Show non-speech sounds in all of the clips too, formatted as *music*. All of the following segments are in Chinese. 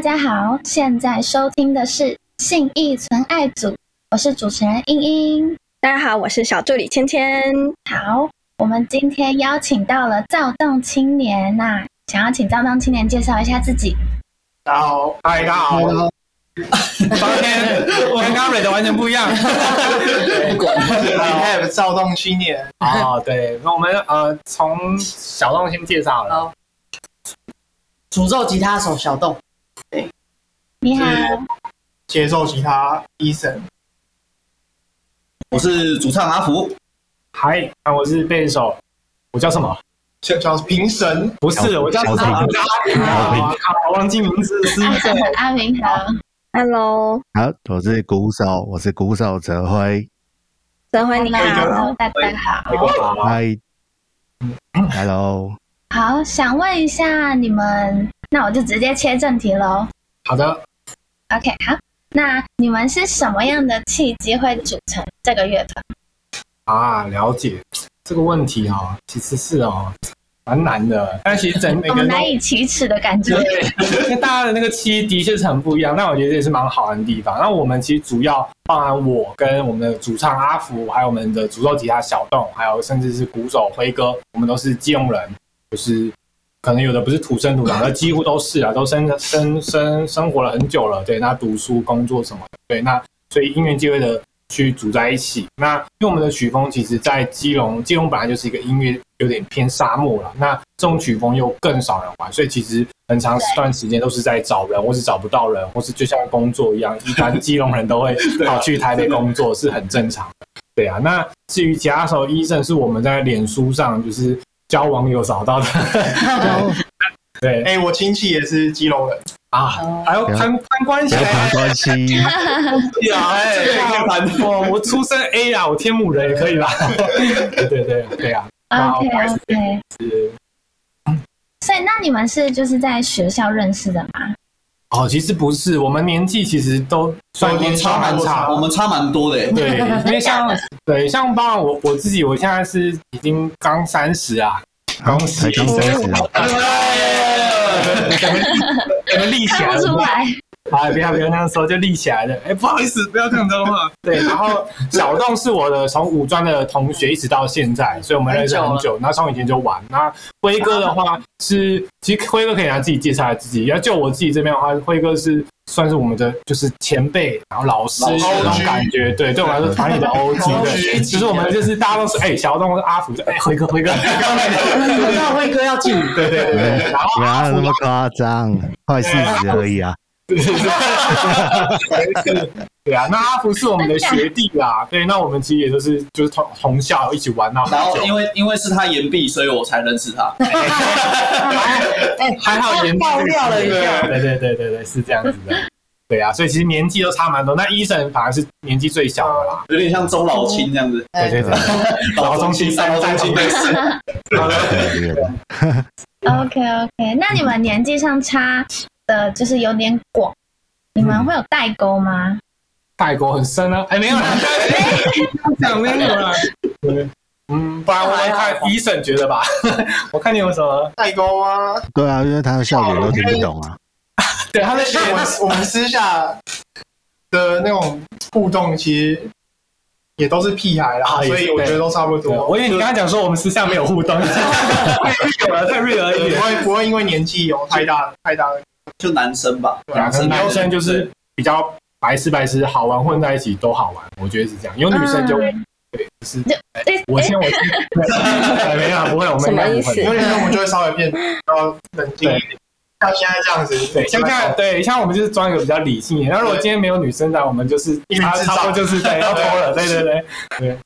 家好，现在收听的是信义纯爱组，我是主持人茵茵。大家好，我是小助理芊芊。好，我们今天邀请到了躁动青年呐、想要请躁动青年介绍一下自己。大家好，嗨，大家好，发现我跟刚蕊的完全不一样。不管 *laughs* 是 Rehab 躁动青年，哦，对，那我们呃从小动先介绍了。诅咒吉他手小洞，你好，嗯节奏吉他 Eason，我是主唱阿福，嗨，那我是贝斯手，我叫什么？叫叫评审，不是，我叫小什婷么？我靠，我忘记名字是。 *laughs* 阿明好， Hello，好，我是鼓手，我是鼓手哲辉，陈欢你好。大家好。好，嗨，Hello，好，想问一下你们，那我就直接切正题喽。好的， OK，好，那你们是什么样的契机会组成这个乐团？啊，了解这个问题哦，其实是哦蛮难的，但其实整每我个们人都难以启齿的感觉。对，因为大家的那个期的确是很不一样，但我觉得也是蛮好玩的地方。那我们其实主要，包含我跟我们的主唱阿福，还有我们的主奏吉他小洞，还有甚至是鼓手辉哥，我们都是基隆人，就是可能有的不是土生土长，但几乎都是啊，都生生生生活了很久了。对，那读书、工作什么的，对，那所以因缘机会的去组在一起。那因为我们的曲风其实，在基隆，基隆本来就是一个音乐有点偏沙漠了，那这种曲风又更少人玩，所以其实很长一段时间都是在找人，或是找不到人，或是就像工作一样，一般基隆人都会跑去台北工作，是很正常的。对啊，那至于吉他手医生，是我们在脸书上就是交网友找到的。对哎，我亲戚也是基隆人，啊，还要攀攀关系不要谈关系，啊！ *laughs* 哎， *laughs* 我我出生 A 啊，我天母人也可以啦。 *laughs* 对对对对啊，那 OK 我 OK，是所以那你们是就是在学校认识的吗？哦，其实不是，我们年纪其实都算年差蛮差我。们差蛮多的耶。对，因为 *laughs* 像对像包括我我自己，我现在是已经刚三十啊，好，才刚三十啊，整个立起看来不出了。来， *laughs* 哎，不要不要那样说，就立起来了。 *laughs* 哎，不好意思，不要这样说话。对，然后小洞是我的从五专的同学一直到现在，所以我们认识很久。那从以前就玩。那辉哥的话是，其实辉哥可以拿自己介绍一下自己。要就我自己这边的话，辉哥是算是我们的就是前辈，然后老师老师那种感觉。对，对我来说，团里 *laughs* 的 OG，对，就是我们就是大家都是哎，小洞是阿福，哎，辉哥，*laughs* 辉哥，不知道辉哥要进，对对对对，然后不阿要福那哎么夸张，快四十而已啊， *laughs* 对啊，那阿福是我们的学弟啦，对，那我们其实也都是就是同同校一起玩到很然后久，因为因为是他岩壁，所以我才认识 *laughs* 他。哎，还好研爆料了一下对对对对对，是这样子的，对啊，所以其实年纪都差蛮多，那医生反而是年纪最小的啦，有点像周老青这样子，对对对，老中青三 *laughs* 老中青对 *laughs* 是可以了 OK OK，那你们年纪上差的就是有点广，你嗯们会有代沟吗？代沟很深啊，哎没有啦，讲没有啦，对 *laughs* 嗯，不然我来看医生觉得吧， *laughs* 我看你有什么，代沟啊，对啊，因为他的笑点都听不懂啊，对他在因为我们我们私下的那种互动其实也都是屁孩啦啊，也是所以我觉得都差不对多，我以为你刚刚讲说我们私下没有互 *laughs* 动，太 real 了，太 real 了一不点。会不会因为年纪有太大太大的就男生吧，对两啊，个男生就是比较白痴白痴，好玩混在一起都好玩，我觉得是这样。有女生就、嗯对，就是诶我先我先，对没有啊不会，我们应该什么不会意因思。为那我们就会稍微变比较冷静一点，像现在这样子，对，像这样，对，像我们就是装一个比较理性一点。那如果今天没有女生在，我们就是一群差智障差不多就是对，要脱了，对对对对。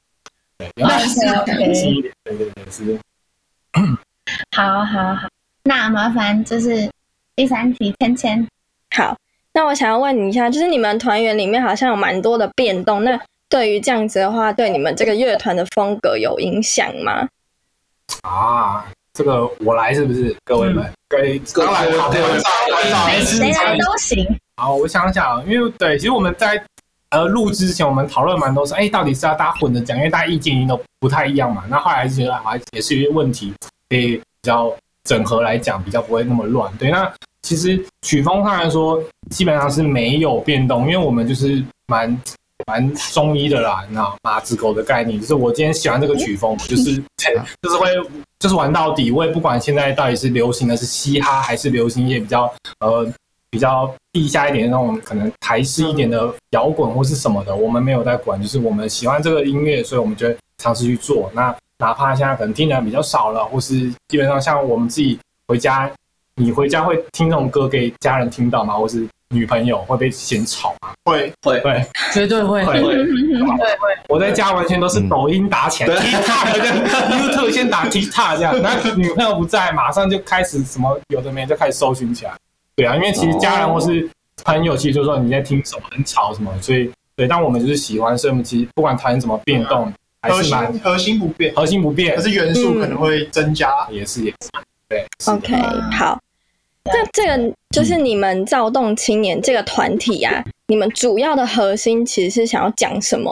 对，然后 OK 理性 OK，一点，对对对，是。 *laughs* 好好好，那麻烦就是第三题，芊芊，好，那我想要问你一下，就是你们团员里面好像有蛮多的变动，那对于这样子的话，对你们这个乐团的风格有影响吗？啊，这个我来是不是？各位们，各位，各位当然好，对我找我找谁谁来都行。好，我想想，因为对，其实我们在呃录之前，我们讨论蛮多是，哎，到底是要大家混着讲，因为大家意见都不太一样嘛。那后来觉得啊，也是一些问题，可以比较整合来讲，比较不会那么乱。对，那其实曲风上来说，基本上是没有变动，因为我们就是蛮蛮中医的啦，你知道马子狗的概念，就是我今天喜欢这个曲风，我就是就是会就是玩到底，我也不管现在到底是流行的是嘻哈，还是流行一些比较呃比较地下一点的那种，可能台式一点的摇滚或是什么的，我们没有在管，就是我们喜欢这个音乐，所以我们就会尝试去做。那哪怕现在可能听的人比较少了，或是基本上像我们自己回家，你回家会听这种歌给家人听到吗？或是女朋友会被嫌吵吗？会会对，绝对会。会会。我在家完全都是嗯抖音打起来对，TikTok 跟 YouTube 先打 TikTok 这 *laughs* 样，那女朋友不在，马上就开始什么有的没的就开始搜寻起来。对啊，因为其实家人或是朋友其实就说你在听什么很吵什么，所以对，但我们就是喜欢，所以我们其实不管讨论怎么变动，还核是蛮心核心不变，核心不变嗯可，是元素可能会增加。也是也是对。是的 OK，好。嗯那这个就是你们躁动青年这个团体啊，你们主要的核心其实是想要讲什么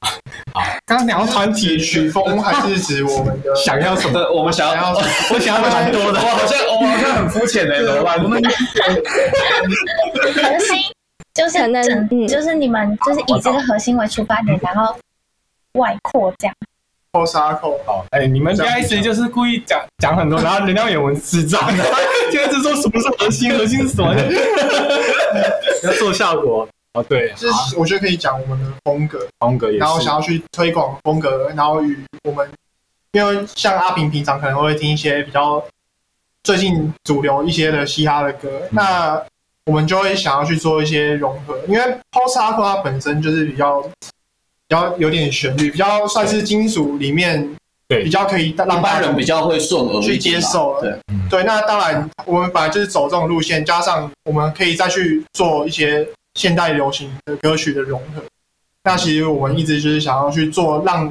啊？刚刚聊到团体曲风还是指我们的想要什么？对，我们想想要要，我想要蛮多我的，好像我好像很肤浅欸的，怎么办？核心就是可能整，嗯就是你们就是以这个核心为出发点，然后外扩这样。扣杀扣，哦，哎、你们一开始就是故意讲讲很多，然后人家也文智障， *laughs* 然后 *laughs* 现在就说什么是核心，核心是什么？ *laughs* 要做效果哦，对，就好是我觉得可以讲我们的风格，风格也是，然后想要去推广风格，然后与我们，因为像阿平平常可能会听一些比较最近主流一些的嘻哈的歌，嗯那我们就会想要去做一些融合，因为 post hardcore 它本身就是比较比较有点旋律，比较算是金属里面对比较可以让一般人比较会顺耳去接受对了，对，那当然，我们本来就是走这种路线，加上我们可以再去做一些现代流行的歌曲的融合。那其实我们一直就是想要去做让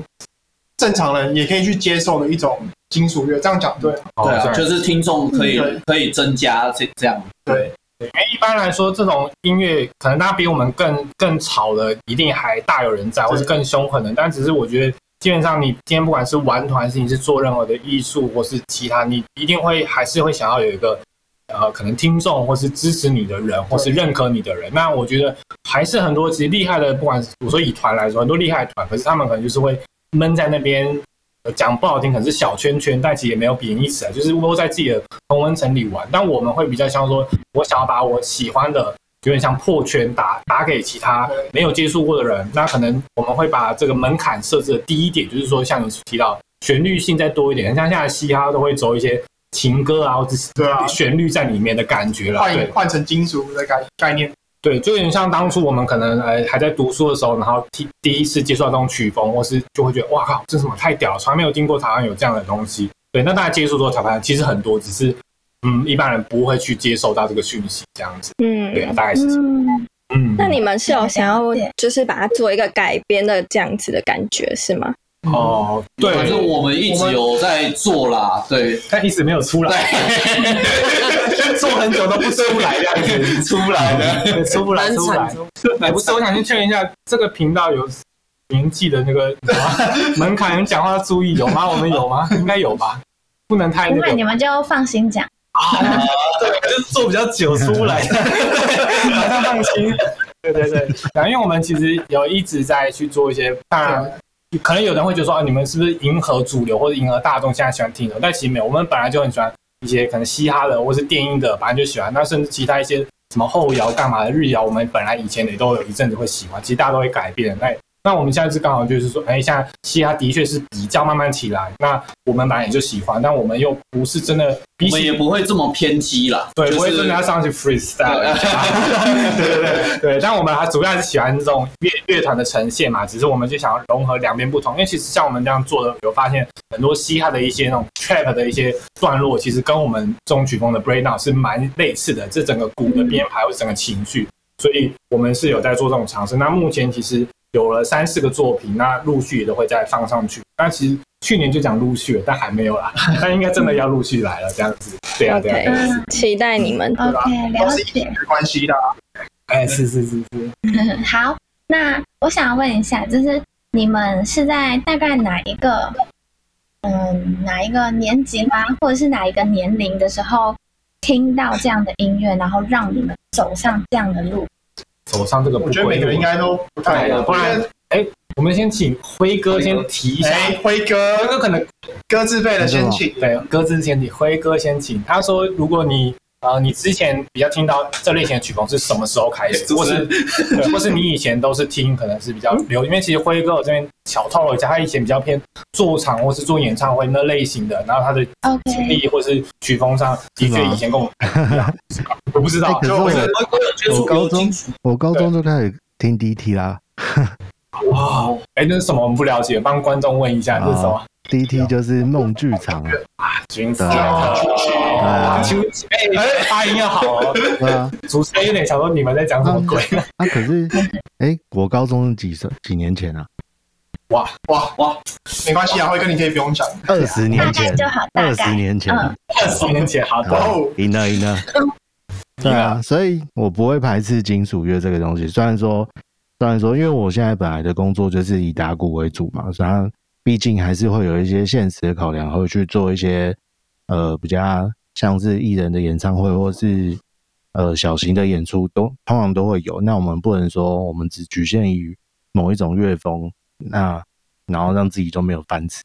正常人也可以去接受的一种金属乐，这样讲对吗？嗯哦嗯对啊，对就是听众可以对可以增加这这样，对，因为一般来说，这种音乐可能它比我们更更吵的，一定还大有人在，或是更凶狠的。但只是我觉得，基本上你今天不管是玩团，还是你是做任何的艺术，或是其他，你一定会还是会想要有一个呃，可能听众或是支持你的人，或是认可你的人。那我觉得还是很多其实厉害的，不管是我说以团来说，很多厉害的团，可是他们可能就是会闷在那边。呃讲不好听，可能是小圈圈，但其实也没有贬义词啊，就是窝在自己的同温层里玩。但我们会比较像说，我想要把我喜欢的，有点像破圈打打给其他没有接触过的人。那可能我们会把这个门槛设置的低一点，就是说像你提到旋律性再多一点，像现在嘻哈都会走一些情歌啊，或者是对啊旋律在里面的感觉啦。对换换成金属的概概念，对，就有点像当初我们可能呃还在读书的时候，然后第第一次接触到这种曲风，或是就会觉得哇靠，这什么太屌了，从来没有听过台湾有这样的东西。对，那大家接触之后才发现，其实很多只是嗯一般人不会去接受到这个讯息，这样子。对，啊嗯，大概是这样嗯，嗯。那你们是有想要了解就是把它做一个改编的这样子的感觉是吗？哦，对，嗯反正我们一直有在做啦，对但一直没有出来， *laughs* 做很久都不出来这样子。对，出来的，对出不来，出不来，哎，不是，我想先确认一下，这个频道有年纪的那个 *laughs* 门槛，人讲话要注意，有吗？我们有吗？应该有吧，不能太那不个然你们就放心讲。啊，对，就是做比较久出 *laughs* 不来，马上放心。对对对，然后因为我们其实有一直在去做一些，当然可能有人会觉得说啊，你们是不是迎合主流或者迎合大众现在喜欢听的？但其实没有，我们本来就很喜欢一些可能嘻哈的或是电音的，本来就喜欢。那甚至其他一些什么后摇干嘛的日摇，我们本来以前也都有一阵子会喜欢，其实大家都会改变。那那我们现在是刚好就是说，哎，现在嘻哈的确是比较慢慢起来，那我们本来也就喜欢，但我们又不是真的比 *laughs* 我们起也不会这么偏激啦，对，就不会真是的要上去 freestyle 对一下。 *laughs* 对对对对，但我们还主要还是喜欢这种乐乐团的呈现嘛，只是我们就想要融合两边不同。因为其实像我们这样做的，有发现很多嘻哈的一些那种 trap 的一些段落，其实跟我们这种曲风的 breakdown 是蛮类似的，这整个鼓的编排或者整个情绪，所以我们是有在做这种尝试。那目前其实有了三四个作品，那陆续也都会再放上去。那其实去年就讲陆续了，但还没有啦，但应该真的要陆续来了，这样子。对啊，对啊。对 OK，啊期待你们。嗯 OK，了都是解。没关系的啊。哎，是是是是， *laughs* 好，那我想问一下，就是你们是在大概哪一个，嗯，哪一个年级吗？或者是哪一个年龄的时候听到这样的音乐，然后让你们走上这样的路？走上这个不我归觉得路哎每个人应该都不太一样，不然我们先请辉哥先提一下，哎，辉哥辉哥可能各自备的先请，对，歌之前请辉哥先请。他说，如果你呃，你之前比较听到这类型的曲风是什么时候开始，或是对，或是你以前都是听可能是比较流，因为其实辉哥我这边小透露一下，他以前比较偏做场或是做演唱会那类型的，然后他的 OK 经历或是曲风上的是确吗以前跟我们不一样我不知哎道，可是就我是我我有接触高有中金属，我高中就开始听 DT 啦哇，哎，那是什么我们不了解，帮观众问一啊下，这是什么？哦，DT 就是梦剧场啊，军对啊啊，秋季，哎，发音要好 *laughs* 哦。对啊，主持人有点想说你们在讲什么鬼？啊可是，哎，我高中是几岁几年前啊，哇哇，没关系啊，辉哥你可以不用讲，二十大年概前就，好，大二十概。年前，嗯二十年前，好哇的，哦，赢了赢了，对啊，所以我不会排斥金属乐这个东西。虽然说，虽然说，因为我现在本来的工作就是以打鼓为主嘛，然后毕竟还是会有一些现实的考量，会去做一些呃比较像是艺人的演唱会或是呃小型的演出都通常都会有。那我们不能说我们只局限于某一种乐风，那然后让自己都没有饭吃。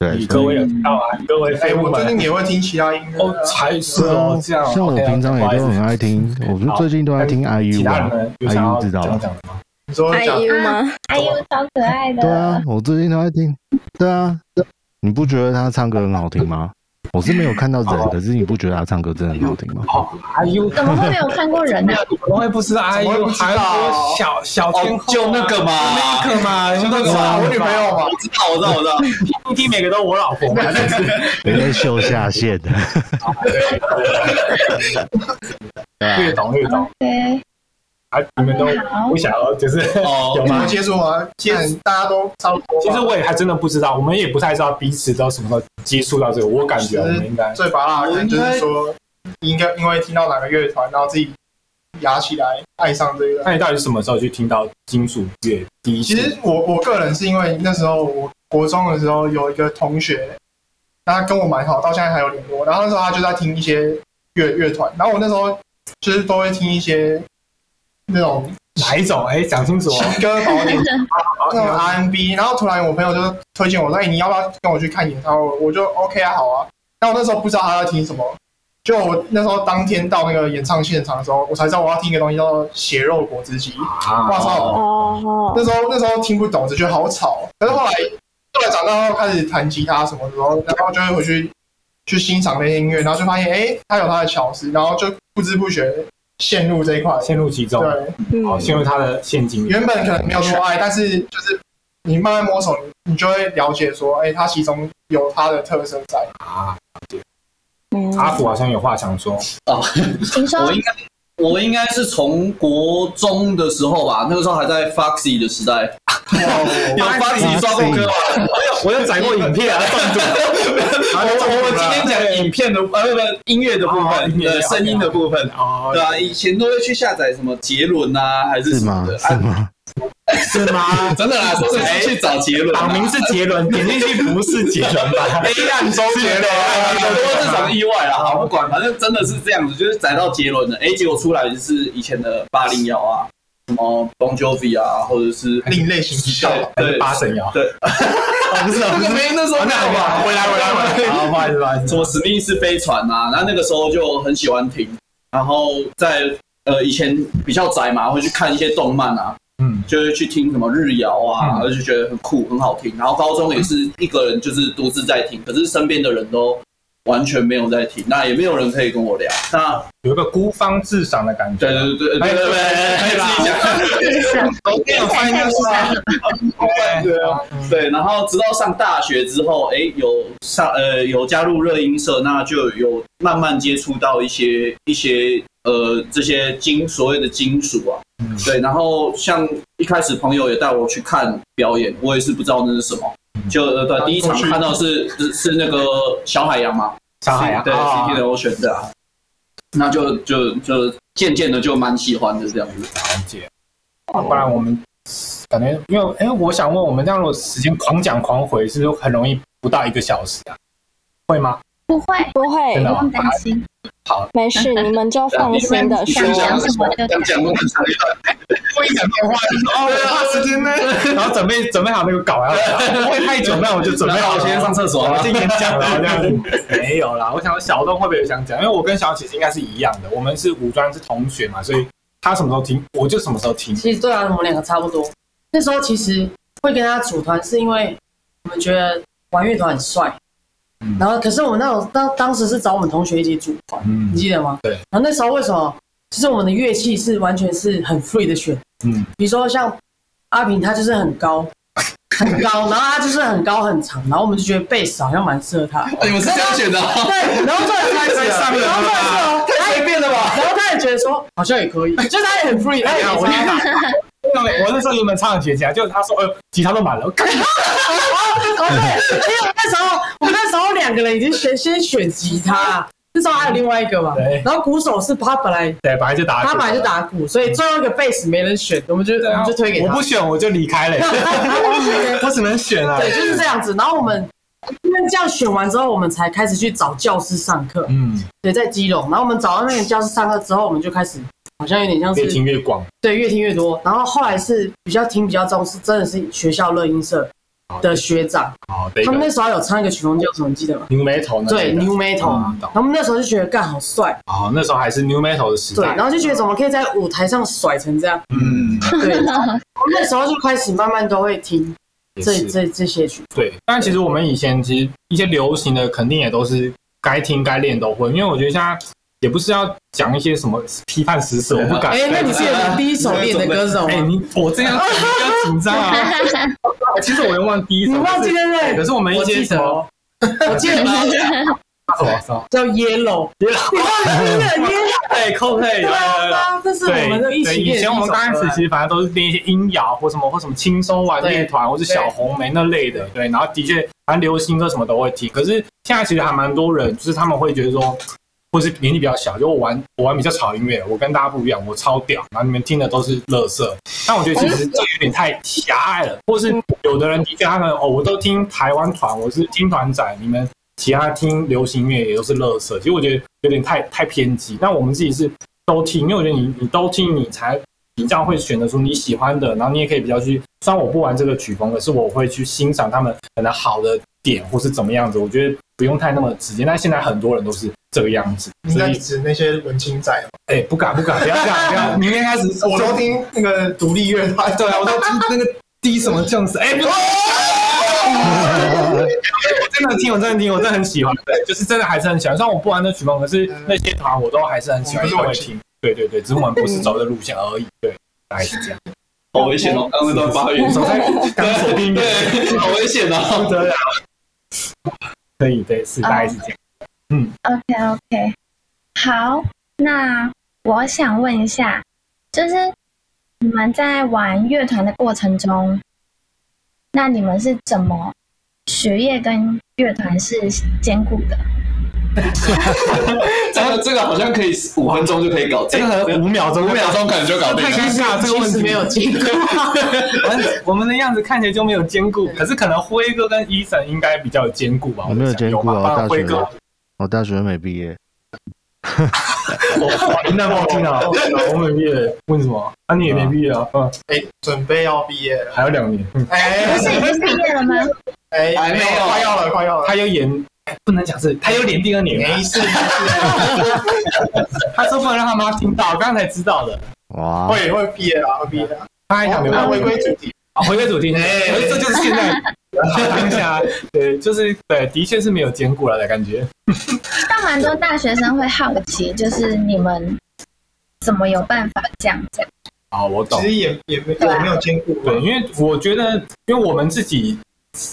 对，所你以各位有听到啊？各位哎，废物我最们，近也会听其他音乐哦啊，，才是对啊哦，这样。像我 OK，OK，平常不好也意都思很爱听，我是好最近都在听其 IU 他人啊呢有想要，IU 知道讲吧？讲的吗？你说讲 IU 吗？哎呦，超可爱的。对啊，我最近都在听。对啊，你不觉得他唱歌很好听吗？我是没有看到好人，可是你不觉得他唱歌真的很好听吗？好，IU 怎么会没有看过人呢、哎啊 *laughs* 怎么会不知道哎怎么会 IU 不知道韩国小小啊天哦后，就那个嘛，那个嘛，就那个嘛，啊我女朋友嘛我，知道我知道我知道， *laughs* 一听每个都是我老婆嘛，真是你在秀下限的，略懂略懂 OK，啊！你们都好不，想要，就是 *laughs* 有哦，你吗们？接触吗？其实大家都差不多吧，其实我也还真的不知道，我们也不太知道彼此都什么时候接触到这个。我感觉我们应该最拔辣的可能就是说，应该因为听到哪个乐团，然后自己压起来爱上这个。那你到底是什么时候去听到金属乐第一次？其实我我个人是因为那时候我国中的时候有一个同学，他跟我蛮好，到现在还有联络。然后那时候他就在听一些乐乐团，然后我那时候就是都会听一些那种哪一种？哎，讲清楚哦。新歌宝典，啊那种 RMB。然后突然我朋友就推荐我说：“哎、你要不要跟我去看演唱会？”我就 OK 啊，好啊。那我那时候不知道他要听什么，就我那时候当天到那个演唱现场的时候，我才知道我要听一个东西叫做“血肉果汁机”。啊哇操！哦，那时候那时候听不懂，只觉得好吵。可是后来啊后来长大后开始弹吉他什么的时候，然后就会回去去欣赏那些音乐，然后就发现哎、它有它的巧思，然后就不知不觉陷入这一块。陷入其中，对，好，嗯，陷入他的陷阱里。原本可能没有那么爱，但是就是你慢慢摸索，你就会了解说，哎、它其中有它的特色在。啊，嗯啊阿虎好像有话想说，请说哦我。应该我应该是从国中的时候吧，那个时候还在 Foxy 的时代，有 Foxy 刷过啊歌吗？我哦有载过 *laughs* 影片啊，断度。我我我今天讲影片的，呃，不不，音乐的部哦音分，乐呃，声音的部分。哦对，啊，以前都会去下载什么杰伦啊，还是是什么吗？的，是啊吗？是吗？ *laughs* 真的啦，说是去找杰伦啊，党名是杰伦，点进去不是杰伦吧？哦黑暗周杰伦啊，很多这种意啊外啦，好不管，反正真的是这样子，就是载到杰伦的，哎，结果出来就是以前的八零幺啊，什么 Bon Jovi 啊，或者是另类型比较，还对是八神啊谣？对，哦，不是啊，那不个是。没那时候没有吧？回来，回来，回来。好，不好意思，不好意什思。么史密斯飞船啊，然后那个时候就很喜欢听，然后在呃以前比较宅嘛，会去看一些动漫啊，嗯，就是去听什么日谣啊，嗯然后就觉得很酷很好听。然后高中也是一个人就是独自在听，可是身边的人都完全没有在听，那也没有人可以跟我聊。那有一个孤芳自赏的感觉。对对对对对对对，自己讲。听起来太孤单了吧？对对啊，对，然后直到上大学之后，哎，有上呃有加入热音社，那就有慢慢接触到一些一些呃这些金所谓的金属啊，嗯对，然后像一开始朋友也带我去看表演，我也是不知道那是什么，嗯就呃对第一场看到是是是那个小海洋嘛，小海啊，对啊，CT 的 Ocean 对啊，那就就就渐渐的就蛮喜欢的这样子。了解。要啊不然我们感觉，因为哎、我想问，我们这样如果时间狂讲狂回，是不是很容易不到一个小时啊？会吗？不会，不会真不的，用担心。没 *laughs* 事，你们就放心的说。想讲什么就想讲都很长一段，不会讲电话，哦，啊我怕时间呢。然后准备准备好那个稿 *laughs* 要，不会太久，那我就准备好然后我先上厕所我啊要进演讲了这样 *laughs* 子。没有啦，我想小东会不会有想讲？因为我跟小姐姐应该是一样的，我们是武装是同学嘛，所以她什么时候听我就什么时候听。其实对啊，我们两个差不多。那时候其实会跟他组团，是因为我们觉得玩乐团很帅。嗯然后，可是我们那种当当时是找我们同学一起组团，嗯你记得吗？对。然后那时候为什么？就是我们的乐器是完全是很 free 的选，嗯，比如说像阿平，他就是很 *laughs* 高，很高，然后他就是很高很长，然后我们就觉得贝斯好像蛮适合他。啊你们是这样选的啊？对，然后这太才 *laughs* 太上人然后这了吧，太随便了吧？然后他也觉得说好像也可以，哎就是他也很 free，他也我没差。我那时候原本唱吉他，就是她说呃吉他都满了，我干哦，对，因为我那时候我们那时候两个人已经先先选吉他，那时候还有另外一个嘛对，然后鼓手是他本来对，本来就打他本来就打鼓，所以最后一个贝斯没人选，我们就我对啊们就推给我他不。选我就离开 *laughs* 了，我只能选啊。对，就是这样子。然后我们因为这样选完之后，我们才开始去找教室上课。嗯，对，在基隆。然后我们找到那个教室上课之后，我们就开始好像有点像越是听越广，对越听越多。然后后来是比较听比较重，是真的是学校乐音社的学长，好的一他们个那时候有唱一个曲风叫什么，你记得吗？牛眉头呢？对，New Metal 啊嘛，，然后我们那时候就觉得干好帅，哦，那时候还是 New Metal 的时对，代。然后就觉得怎么可以在舞台上甩成这样，嗯，对， *laughs* 然后那时候就开始慢慢都会听也这是这这些曲，对。但其实我们以前其实一些流行的肯定也都是该听该练都会，因为我觉得现在也不是要讲一些什么批判时事，我不敢。哎，那你是有第一首练的歌手哎，吗？你我这样比较紧张啊！ *laughs* *laughs* 其实我也忘第一首，你忘记可是对不可对？是我们一我些记什得么哦，我记 *laughs* 得什么什么叫 Yellow，你忘记了 Yellow *laughs* 对 Coldplay 对啊，这是我们的一起对，练以的一前我首们歌刚开始啊。其实反正都是练一些音摇或什么或什么轻松玩乐团或是小红梅那类的，对。然后的确，反正流行歌什么都会听。可是现在其实还蛮多人，就是他们会觉得说，或是年纪比较小，就我玩我玩比较吵音乐，我跟大家不一样，我超屌，然后你们听的都是乐色。但我觉得其实这有点太狭隘了，或是有的人的确他们哦，我都听台湾团，我是听团仔，你们其他听流行乐也都是乐色。其实我觉得有点太太偏激。那我们自己是都听，因为我觉得你你都听，你才比较会选择出你喜欢的，然后你也可以比较去。虽然我不玩这个曲风，可是我会去欣赏他们可能好的点或是怎么样子。我觉得不用太那么直接，但现在很多人都是这个样子，应所该以指那些文青仔，哎、不敢不敢，不要这样，不嗯要，明天开始 *laughs* 我都听那个独立乐团，对啊，我都听那个低什么降子，哎、不 *laughs* 真的听，我真的听，我真的很喜欢，对，就是真的还是很喜欢。虽然我不玩那曲风，可是那些团我都还是很喜欢，嗯都会听。对对对，只是我们不是走这路线而已，对，大概是这样。好危险哦，刚刚那段发言， *laughs* 走在刚锁定的，对，好危险不哦。得了。可以，对，是大概是这样。 OK OK，好，那我想问一下，就是你们在玩乐团的过程中，那你们是怎么学业跟乐团是兼顾的？ *laughs* 这个这个好像可以五分钟就可以搞定，五秒钟五秒钟可能就搞定太了。尴尬，这个问其题实没有经过，我们我们的样子看起来就没有兼顾，可是可能辉哥跟伊森应该比较有兼顾吧？我没有在想兼顾啊吧我大不然辉学哥，我大学没毕业，哇，你那么好听啊！我没毕业，问什么？啊，你也没毕业啊？嗯，哎，准备要毕业了，还有两年。嗯，哎不是已经毕业了吗？哎，还没有快 *laughs* 要了，快要了，他又演，不能讲是，他又演第二年没了。事没事，他说不能让他妈听到，刚才知道的。哇，会会毕业啦，会毕业啦。他还想没那办法回归主题，啊，回归主题，哎，这就是现在。当下，对，就是对，的确是没有兼顾了的感觉。但蛮多大学生会好奇，就是你们怎么有办法这样这样？啊，我其实也也没也没有兼顾对，因为我觉得，因为我们自己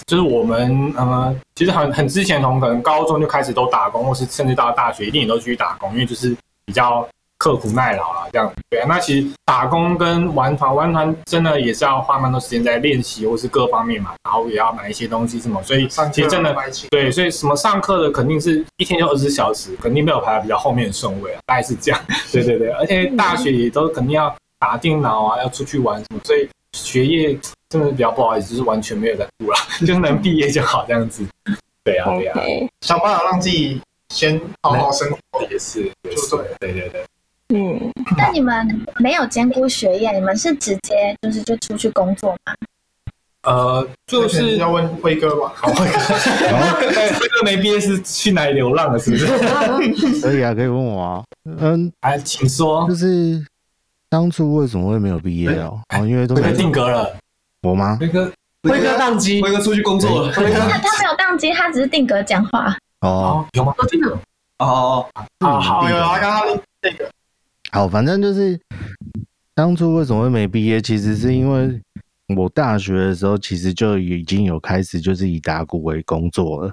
就是我们呃，其实很很之前从可能高中就开始都打工，或是甚至到大学一定也都继续打工，因为就是比较刻苦耐劳啦，这样。对啊，那其实打工跟玩团，玩团真的也是要花蛮多时间在练习或是各方面嘛，然后也要买一些东西什么，所以上其实真的白起，对，所以什么上课的肯定是一天就二十小时，肯定没有排到比较后面的顺位啊，大概是 *laughs* 这样。对对对，而且大学也都肯定要打电脑啊，要出去玩什么，所以学业真的比较不好意思，就是完 *laughs* 全没有在顾啦，就是能毕业就好这样子。对啊，对啊， OK，想办法让自己先好好生活。也是，也是，就对对对，嗯，那你们没有兼顾学业，你们是直接就是就出去工作吗？呃，就那可能是哦要问辉哥吧， *laughs* 这个没毕业是去哪里流浪了，*laughs* 是不是？可以啊，可以问我啊。嗯，哎，请说就，是当初为什么会没有毕业哦？哦，因为都哎辉哥没定格了，我吗？辉哥辉哥宕机辉，哥出去工作了。啊他他没有宕机，他只是定格讲话。哦，有啊吗？我听到 *laughs* 哦，好好，哦有啊，刚刚那个好，反正就是当初为什么会没毕业，其实是因为我大学的时候其实就已经有开始就是以打鼓为工作了。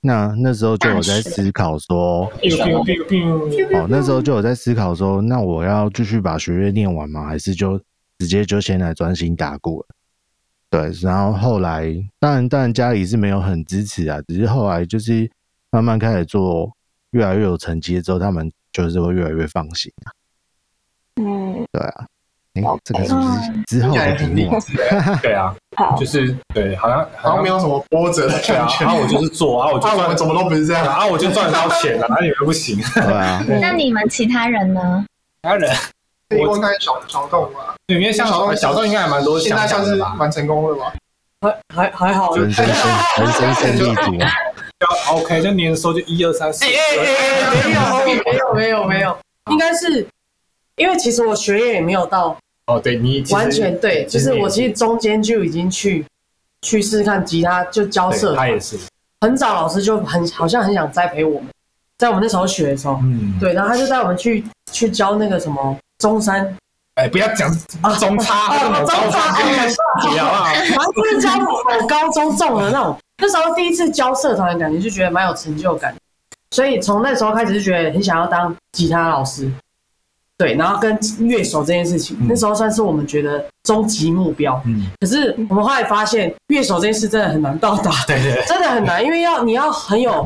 那那时候就有啊在大学思考说， biu biu biu biu，哦，那时候就有在思考说，那我要继续把学业念完吗？还是就直接就先来专心打鼓了？对，然后后来，当然，当然家里是没有很支持啊，只是后来就是慢慢开始做，越来越有成绩之后，他们就是会越来越放心啊。嗯，对啊，哎、这个是不是之后听起来的题很励目啊？志 *laughs* 欸，对啊，好就，是对，好像好好像像没有什么波折的对啊感，觉。然后我就是做，啊然后我就他赚啊们怎么都不是这样然啊，后我就赚得到钱了，然后你们不行，对啊，那你们其他人呢？当然，可以问看小小洞吧。里面像小段小段应该还蛮多现想在法算的是吧，蛮成功的吧？还还还好，人生胜人生胜利组啊，就 OK，就年收就一二三四，哎哎哎哎，没有没有没有没有，应该是因为其实我学业也没有到哦，对你其实完全对，就是我其实中间就已经去去试试看吉他，就交对涉。他也是，很早老师就很好像很想栽培我们，在我们那时候学的时候，嗯，对，然后他就带我们去去教那个什么中山，哎，不要讲中差，啊我中差不要啊，反正就是教我高中中的那种。那时候第一次教社团的感觉，就觉得蛮有成就感的，所以从那时候开始就觉得很想要当吉他老师，对，然后跟乐手这件事情，嗯那时候算是我们觉得终极目标。嗯，可是我们后来发现，乐手这件事真的很难到达，对对，真的很难，因为要你要很有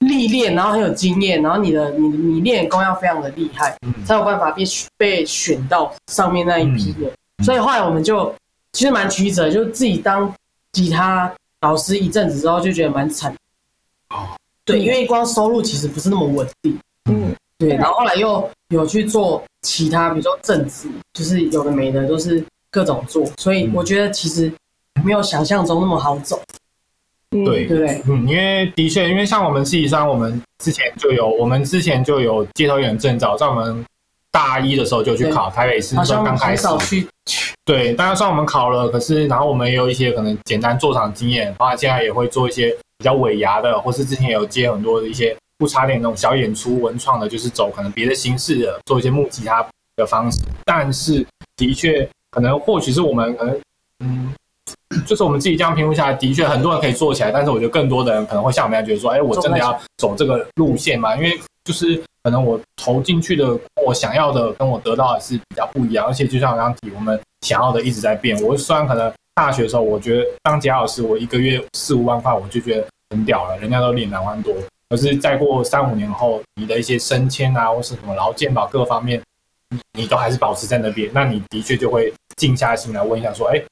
历练，然后很有经验，然后你的你你练功要非常的厉害，嗯才有办法被被选到上面那一批人。嗯所以后来我们就其实蛮曲折，就自己当吉他老师一阵子之后，就觉得蛮惨。对，因为光收入其实不是那么稳定。嗯，对，然后后来又有去做其他，比如说正职，就是有的没的都是各种做，所以我觉得其实没有想象中那么好走，嗯对对不对？嗯，因为的确，因为像我们系上，我们之前就有，我们之前就有街头艺人证照，在我们大一的时候就去考台北市，好那时像候刚开很始，少去对，当然算我们考了，可是然后我们也有一些可能简单做场经验，包括现在也会做一些比较尾牙的，或是之前也有接很多的一些不插电那种小演出文创的，就是走可能别的形式的，做一些木吉他的方式。但是的确，可能或许是我们可能嗯， *clears throat* 就是我们自己这样评估下来，的确很多人可以做起来，但是我觉得更多的人可能会像我们一样觉得说，哎，我真的要走这个路线吗？因为就是可能我投进去的，我想要的跟我得到的是比较不一样，而且就像我刚刚提，我们想要的一直在变。我虽然可能大学的时候，我觉得当吉他老师，我一个月四五万块，我就觉得很屌了，人家都领两万多。可是再过三五年后，你的一些升迁啊，或是什么劳健保各方面，你都还是保持在那边，那你的确就会静下心来问一下，说，哎，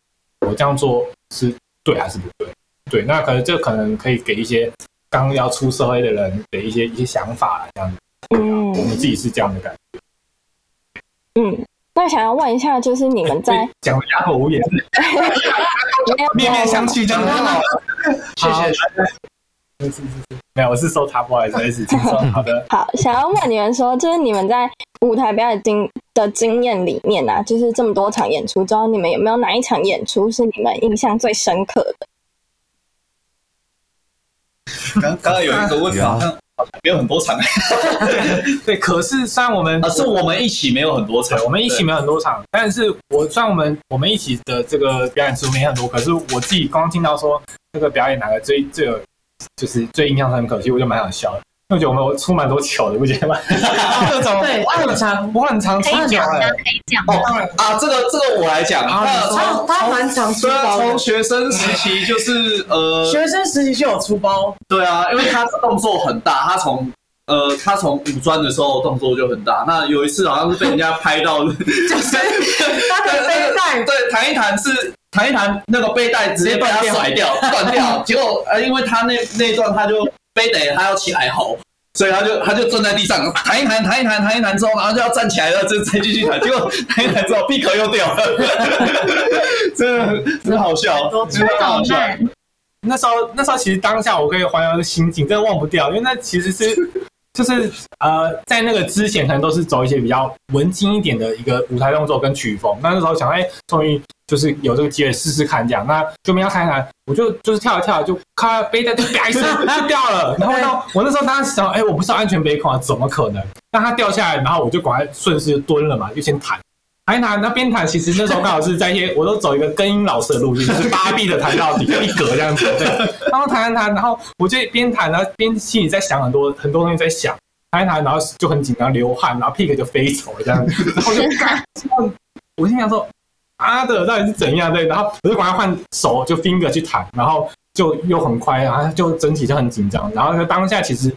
我这样做是对还是不对？对，那可能这可能可以给一些刚要出社会的人的一些一些想法，这样子，嗯我们自己是这样的感觉。嗯，那想要问一下，就是你们在讲的哑口无言，没有面面相觑，这样就好了。谢谢。是是是是，没有，我是收他不好意思，是请说。好的，好，想要问你们说，就是你们在舞台表演经的经验里面啊，就是这么多场演出之后，你们有没有哪一场演出是你们印象最深刻的？刚刚刚有一个问法，有好像没有很多场啊， *laughs* 对，可是虽然我们是我们一起没有很多场对，，我们一起没有很多场，但是我虽然我们我们一起的这个表演次数没很多，可是我自己刚听到说这个表演哪个最最有就是最印象深刻，其实我就蛮想笑的，因为我觉得我们出蛮多糗的，不觉得吗？各种对，暗藏，我很常可出以糗讲哎的，，可以讲哦的。啊，这个这个我来讲，啊那他他蛮常出虽然包从的，学生时期就是呃，学生时期就有出包，对啊，因为他动作很大，他从呃，他从五专的时候动作就很大。那有一次好像是被人家拍到，就是他的背带对，弹一弹是弹一弹，那个背带直接把 *laughs* 他甩掉，断掉。结果呃，因为他那那一段他就非得他要起来吼，所以他就他就蹲在地上弹一弹弹一弹弹一弹之后，然后就要站起来了，再再继续弹，结果弹一弹之后 *laughs* 闭壳又掉了， *laughs* 真的真的好笑，真的好怎么笑。办？那时候那时候其实当下我可以还原那个心境，真的忘不掉，因为那其实是就是呃，在那个之前可能都是走一些比较文静一点的一个舞台动作跟曲风，那那时候想哎，终于就是有这个机会试试看这样，那就没有看一看，我就就是跳一跳就咔背带就啪一声就掉了，然后呢，我那时候当时想哎，我不是安全背框，怎么可能？那它掉下来，然后我就赶快顺势就蹲了嘛，就先弹。还弹那边弹，其实那时候刚好是在一些，我都走一个跟音老师的路径，就是八 B 的弹到底一格这样子， *laughs* 对。然后弹弹弹，然后我就边弹，然后边心里在想很多很多东西在想，弹一弹，然后就很紧张，流汗，然后 pick 就飞走了这样子，然后我就干，我心想说，啊的到底是怎样对？然后我就赶快换手，就 finger 去弹，然后就又很快，然后就整体就很紧张，然后就当下其实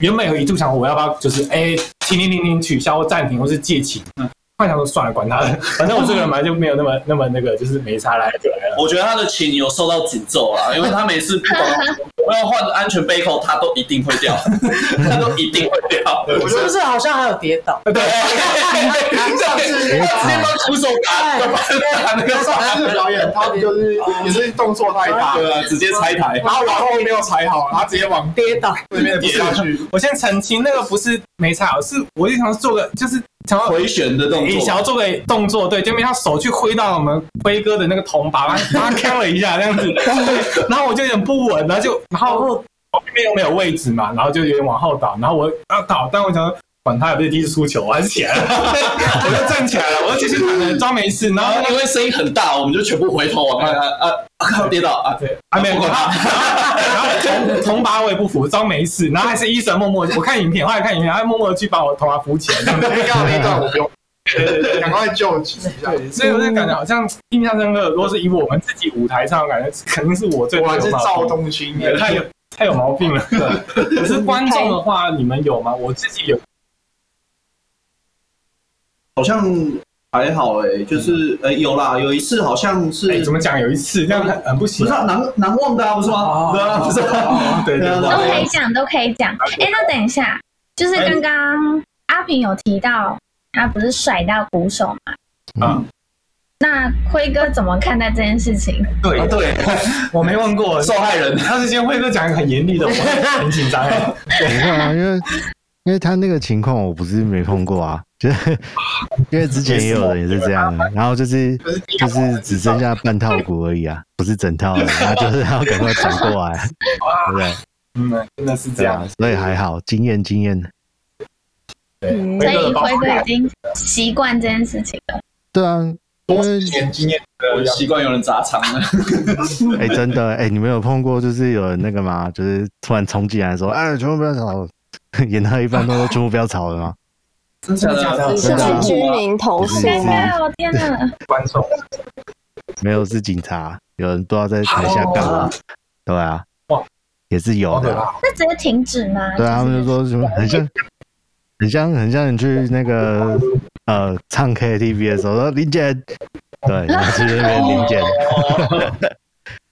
原本有一度想我要不要就是哎停停停停取消暂停或是借起，嗯，幻想说算了管他的，反正我这个人本来就没有那么那么那个，就是没差来就来了。我觉得他的琴有受到诅咒啦，因为他每次不 *laughs* 呃管我要换安全背扣，他都一定 *laughs* 会掉，他都一定会掉。我是不是好像还有跌 *laughs* 倒？对， *laughs* 上次他直接帮徒手哎打，就把他打那个上次的表演，他就是也是动作太大，对啊，直接拆台。然后往后没有踩好，他直接往跌倒，对面跌下 *laughs* 去。我先澄清，那个不是没差，是我就想做个就是想要。回旋的动你想要作，做个动作，对，就没他手去挥到我们辉哥的那个铜把，把他看了一下这 *laughs* 样子，对，然后我就有点不稳，然后就然后哦，我这边又没有位置嘛，然后就有点往后倒，然后我要倒，但我想说管他有没有第一次出球，我还是起来了， *laughs* 我就站起来了，我就继续躺着装没事，然然后后那因个为声音很大，我们就全部回头往看啊啊啊，跌倒啊！对，还没有管他，然后铜铜把我也不扶，装没事，然后还是医生默默，我看影片，后来看影片，他默默地去把我头发扶起来，这样子。尴尬那一段我不用，赶快救急一下。对，所以我就感觉好像印象深刻。如果是以我们自己舞台上，感觉肯定是我最我还是有毛病赵东兴对太有太有毛病了。可是观众的话，你们有吗？我自己有，好像还好哎，就是哎有啦，有一次好像是哎，怎么讲？有一次这样很很不不行是啊。哦啊难难忘的啊，不是吗？对啊，不是啊，对对都对，可以讲，都可以讲。哎，那等一下，就是刚刚阿平有提到，他不是甩到鼓手嘛？嗯。那辉哥怎么看待这件事情？对，对，我没问过受害人他是先辉哥讲一个很严厉的，我很紧张哎。不会啊，因为因为他那个情况我不是没碰过啊，就是因为之前也有人也是这样啊的，然后就是就是只剩下半套股而已啊，不是整套的，然后就是要赶快转过来，啊对不对？嗯，真的是这对样啊。，所以还好，经验经验。对，嗯所辉哥以的包辉哥已经习惯这件事情了。对啊，因为年经验，我习惯有人砸场了。哎、真的哎、你们有碰过就是有人那个吗？就是突然冲进来说，哎，全部不要吵， *laughs* 演到一半都说全部不要吵了吗？真的假的？是真的啊被居民投不诉是尴吗？尬哦，天哪！观众，没有，是警察，有人不知道在台下干嘛，对啊，哦哇，也是有好可的啊、怕。那直接停止吗？对啊，他们就是说什么很像，很像，很像你去那个呃唱 KTV 的时候说林姐，对，然后去那边林姐，对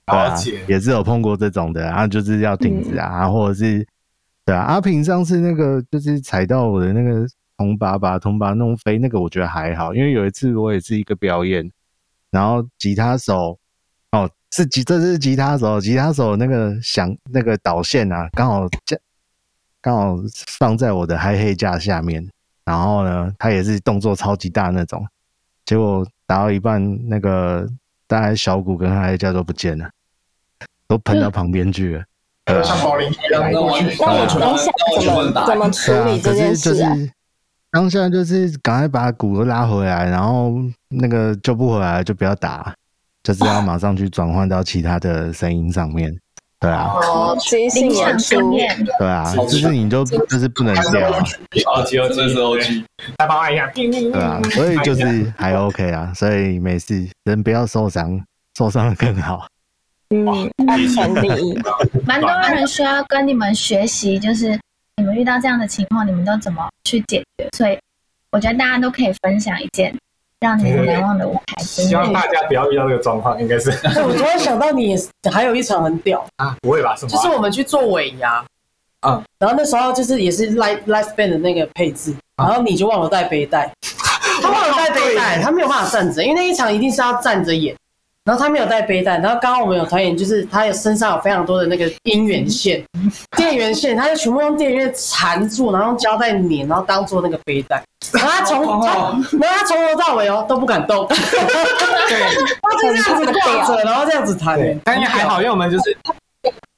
而啊且，也是有碰过这种的，然后就是要停止啊，然后或者是对啊，阿平上次那个就是踩到我的那个铜把把铜把弄飞，那个我觉得还好，因为有一次我也是一个表演，然后吉他手哦是吉这是吉他手，吉他手那个响那个导线啊，刚好架刚好放在我的嗨黑架下面，然后呢，他也是动作超级大那种，结果打到一半，那个大概小鼓跟嗨黑架都不见了，都喷到旁边去了。对啊像保龄一样那过我去。那我你当下怎全部么打怎么处对啊理，这可件是就事啊？是当下就是赶快把骨头拉回来，然后那个救不回来就不要打，就是要马上去转换到其他的声音上面。对啊，哦，即兴临场演经出，验，对啊，好就是你就就是不能掉啊， O G O G 是 O G，来帮我按一下，叮叮叮对啊，所以就是还 OK 啊，所以没事，人不要受伤，受伤了更好。嗯，安全第一。蛮多人需要跟你们学习，就是你们遇到这样的情况，你们都怎么去解决？所以我觉得大家都可以分享一件让你们难忘的舞台经希望验。大家不要遇到这个状况，应该是哎我突然想到你也是还有一场很屌， *laughs* 啊，不会吧？什么就啊？是我们去做尾牙，嗯然后那时候就是也是 life life band 的那个配置，嗯然后你就忘了带背 *laughs* 带，他忘了带背带，他没有办法站着，因为那一场一定是要站着演，然后他没有带背带，然后刚刚我们有团演，就是他有身上有非常多的那个姻缘 *laughs* 线、电源线，他就全部用电源缠住，然后用胶带粘，然后当做那个背带，然后他从他，然后他从头到尾哦都不敢 *laughs* 动，他就这样子挂着，然后这样子弹对，，但也还好，因为我们就是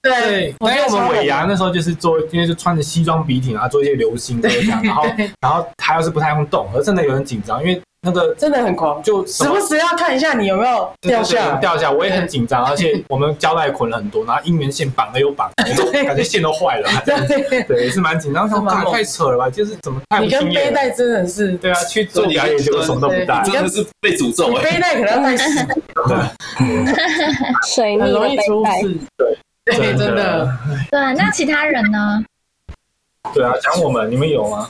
对，我觉但因为得我超们好尾牙那时候就是做，因为就穿着西装笔挺，然后做一些流行歌这样， *laughs* 然后然后还有是不太用动，而真的有点紧张，因为那个真的很狂。就什时么不时要看一下你有没有掉下来。掉下，我也很紧张，而且我们胶带捆了很多，然后姻缘线绑了又 *laughs* 绑，感觉线都坏了，对，对，也是蛮紧张，想是吗干太扯了吧，就是怎么太不你跟敬业背了。带真的是，对啊，去做表演结果什么都不带对，真的是被诅咒你哎、背带可能要带十， *laughs* 水逆很的容易背出带，事。对，真的真的，对，那其他人呢？对啊，讲我们，你们有吗？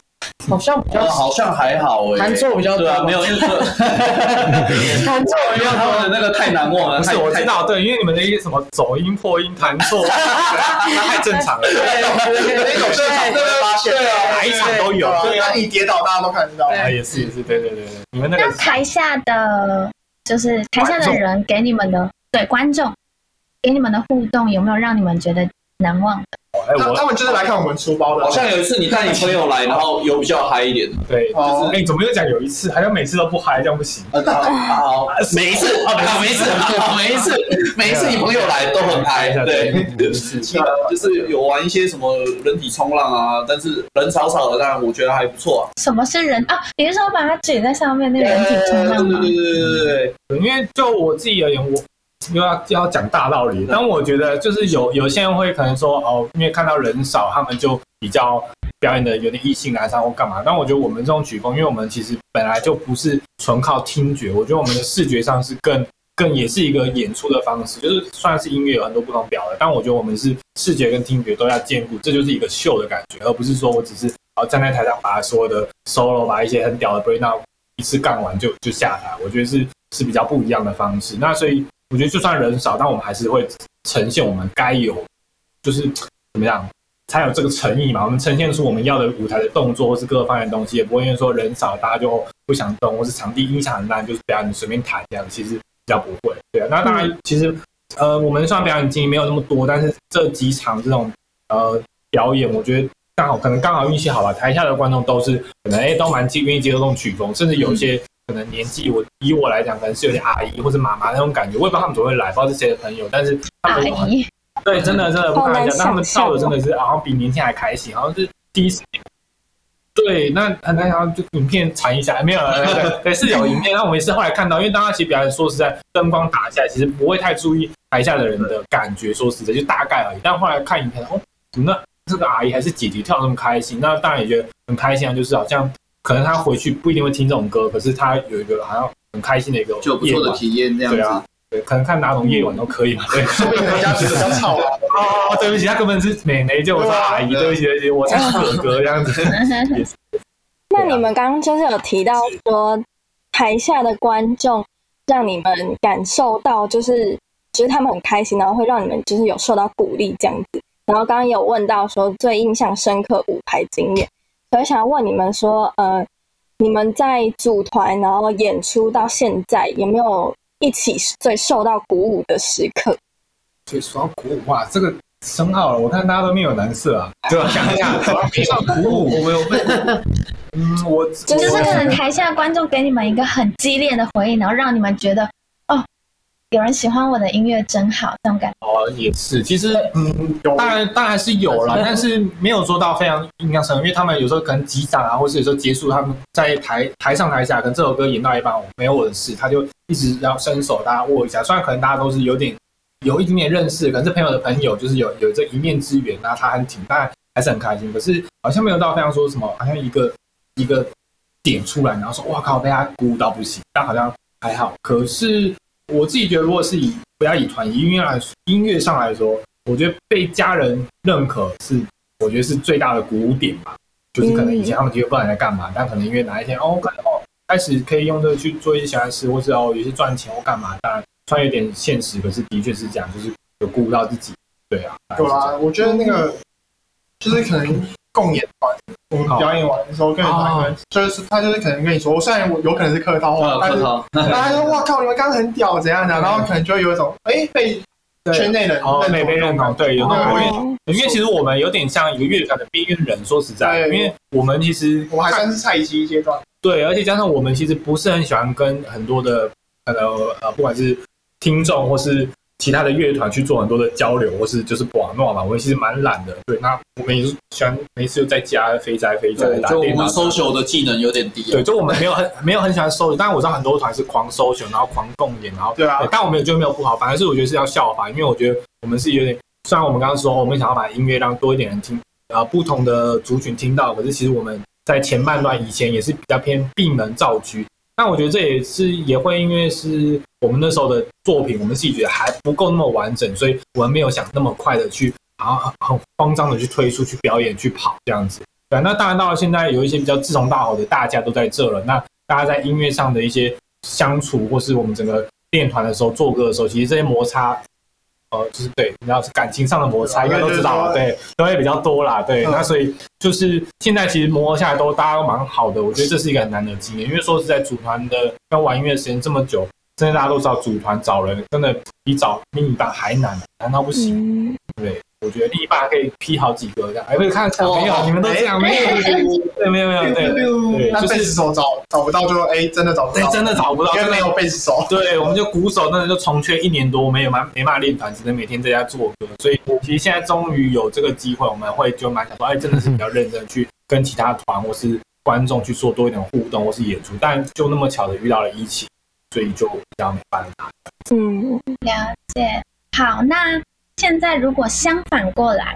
好像比较我好像还好哎、弹错比较多对啊，没有，因为弹错因为他们的那个太难忘了，不太是，我知。太道，对，因为你们的一些什么走音、破音、弹错，那太正常了，那种现场都会发现，对啊哪一场都有。对对啊，啊那你跌倒大家都看得到。啊，也是也是，对对对对，你们那那个台下的就是台下的观众人给你们的对观众给你们的互动，有没有让你们觉得难忘的？哎，他他我们就是来看我们出包的，好像有一次你带你朋友来，然后有比较嗨一点的，对，哦哎，怎么又讲有一次，好像每次都不嗨，这样不行。呃，好，每一次啊，每一次，好， *laughs* 每一次，每一次你朋友来都很嗨，对，对就是有玩一些什么人体冲浪啊，但是人少少的，但我觉得还不错啊。什么是人啊？你是说把它举在上面那个人体冲浪吗对？对对对对因为就我自己而言，我又要又要讲大道理，但我觉得就是有有些人会可能说哦，因为看到人少，他们就比较表演的有点意兴阑珊或干嘛。但我觉得我们这种曲风，因为我们其实本来就不是纯靠听觉，我觉得我们的视觉上是更更也是一个演出的方式，就是虽然是音乐有很多不同表的，但我觉得我们是视觉跟听觉都要兼顾，这就是一个秀的感觉，而不是说我只是啊站在台上把所有的 solo 把一些很屌的 breakdown 一次干完就就下台，我觉得是是比较不一样的方式。那所以我觉得就算人少，但我们还是会呈现我们该有，就是怎么样才有这个诚意嘛。我们呈现出我们要的舞台的动作或是各个方面的东西，也不会因为说人少大家就不想动，或是场地音响很烂，就是表演随便弹这样，其实比较不会。对啊，那当嗯然其实呃，我们虽然表演经验没有那么多，但是这几场这种呃表演，我觉得刚好可能刚好运气好吧，台下的观众都是可能哎、都蛮接愿意接受这种曲风，甚至有一嗯些可能年纪我以我来讲，可能是有点阿姨或者妈妈那种感觉，我也不知道他们怎么会来，不知道是谁的朋友，但是他阿们姨，对真的真的不好开玩难笑，那他们想跳的真象哦的是好像比年轻还开心，好像是第一次。对，那很难想到，就影片传一 *laughs* 下，没有，对对对，是有影片。那我们也是后来看到，因为当他其实表演，说实在，灯光打下来，其实不会太注意台下的人的感觉，说实在就大概而已。但后来看影片，哦，怎么那这个阿姨还是姐姐跳得那么开心？那当然也觉得很开心啊，就是好像可能她回去不一定会听这种歌，可是她有一个好像很开心的一个对，就有不夜错的晚，体验这样对啊子。，对，可能看哪种夜晚都可以嘛，对。说不定人家觉得比较吵啊。 *laughs* 哦，对不起，她根本是美眉，就我是阿姨，对啊对不起，对不起，我才是哥哥这样 *laughs* 子。那你们刚刚就是有提到说，台下的观众让你们感受到，就是就是他们很开心，然后会让你们就是有受到鼓励这样子。然后刚刚有问到说最印象深刻舞台经验，所以想要问你们说，呃，你们在组团然后演出到现在，有没有一起最受到鼓舞的时刻？所以说到鼓舞，哇，这个深奥了，我看大家都面有难色啊，对吧？想一 *laughs* 下，没上鼓舞，我没有被，嗯，我就就是可能台下观众给你们一个很激烈的回应，然后让你们觉得哦，有人喜欢我的音乐真好，这种感觉。哦，也是，其实嗯，有当然当然是有啦，但是没有做到非常印象深刻，因为他们有时候可能击掌啊，或是有时候结束，他们在台台上台下，可能这首歌演到一半，我没有我的事，他就一直要伸手大家握一下，虽然可能大家都是有点有一点点认识，可能是朋友的朋友，就是有有这一面之缘，那他很挺，当然还是很开心，可是好像没有到非常说什么，好像一个一个点出来，然后说哇靠，被他鼓舞到不行，但好像还好，可是。我自己觉得，如果是以不要以团音乐来音乐上来说，我觉得被家人认可是，我觉得是最大的鼓舞点吧。就是可能以前他们觉得不知道你在干嘛，但可能因为哪一天哦，可能哦开始可以用这个去做一些喜欢的事，或是哦有些赚钱或干嘛。当然，虽然有点现实，可是的确是这样，就是有鼓舞到自己。对啊，有啊，我觉得那个就是可能共演完，我们表演完的时候，跟你打哦个，就是他就是可能跟你说，虽然我有可能是客套话，但客是套， *laughs* 然后他就说：“哇靠，你们刚刚很屌，怎样的？”然后可能就会有一种哎被圈内人哦，被被认同，对，有那种对感觉。哦因为其实我们有点像一个乐团的边缘人，说实在，因对为我们其实我还算是菜鸡阶段，对，而且加上我们其实不是很喜欢跟很多的可能呃，不管是听众或是其他的乐团去做很多的交流，或是就是玩闹嘛，我们其实蛮懒的。对，那我们也是喜欢每次就在家肥宅肥宅对，打就电我脑们。social 的技能有点低、啊对，，就我们没有很 *laughs* 没有很喜欢搜但我知道很多团是狂搜寻，然后狂共演，然后对啊但我们也觉得没有不好，反而是我觉得是要效仿，因为我觉得我们是有点，虽然我们刚刚说我们想要把音乐让多一点人听，啊，不同的族群听到，可是其实我们在前半段以前也是比较偏闭门造车。但我觉得这也是也会因为是我们那时候的作品，我们自己觉得还不够那么完整，所以我们没有想那么快的去，然后很慌张的去推出去表演去跑这样子。对，啊那当然到了现在有一些比较志同道合的，大家都在这了。那大家在音乐上的一些相处，或是我们整个练团的时候、做歌的时候，其实这些摩擦，呃，就是对，你知道是感情上的摩擦，应该都知道，对，都会比较多啦，对。嗯那所以就是现在其实磨合下来都大家都蛮好的，我觉得这是一个很难得的经验，因为说实在，组团的要玩音乐的时间这么久，真的大家都知道，组团找人真的比找另一半还难，难道不行？嗯，对，我觉得另一半可以劈好几个这样，哎，不是看看哦没有，你们都这哎样没有？对，没有没有，对对，那就贝斯是手找找不到就哎真的找不对到，真的找不到，因真为的没有贝斯手，对，我们就鼓手真的就重缺一年多，我们也蛮没办法练团，只能每天在家做歌。所以其实现在终于有这个机会，我们会就蛮想说，哎，真的是比较认真去跟其他团或是观众去做多一点互动或是演出。但就那么巧的遇到了一起，所以就比较没办法。嗯，了解。好，那现在如果相反过来，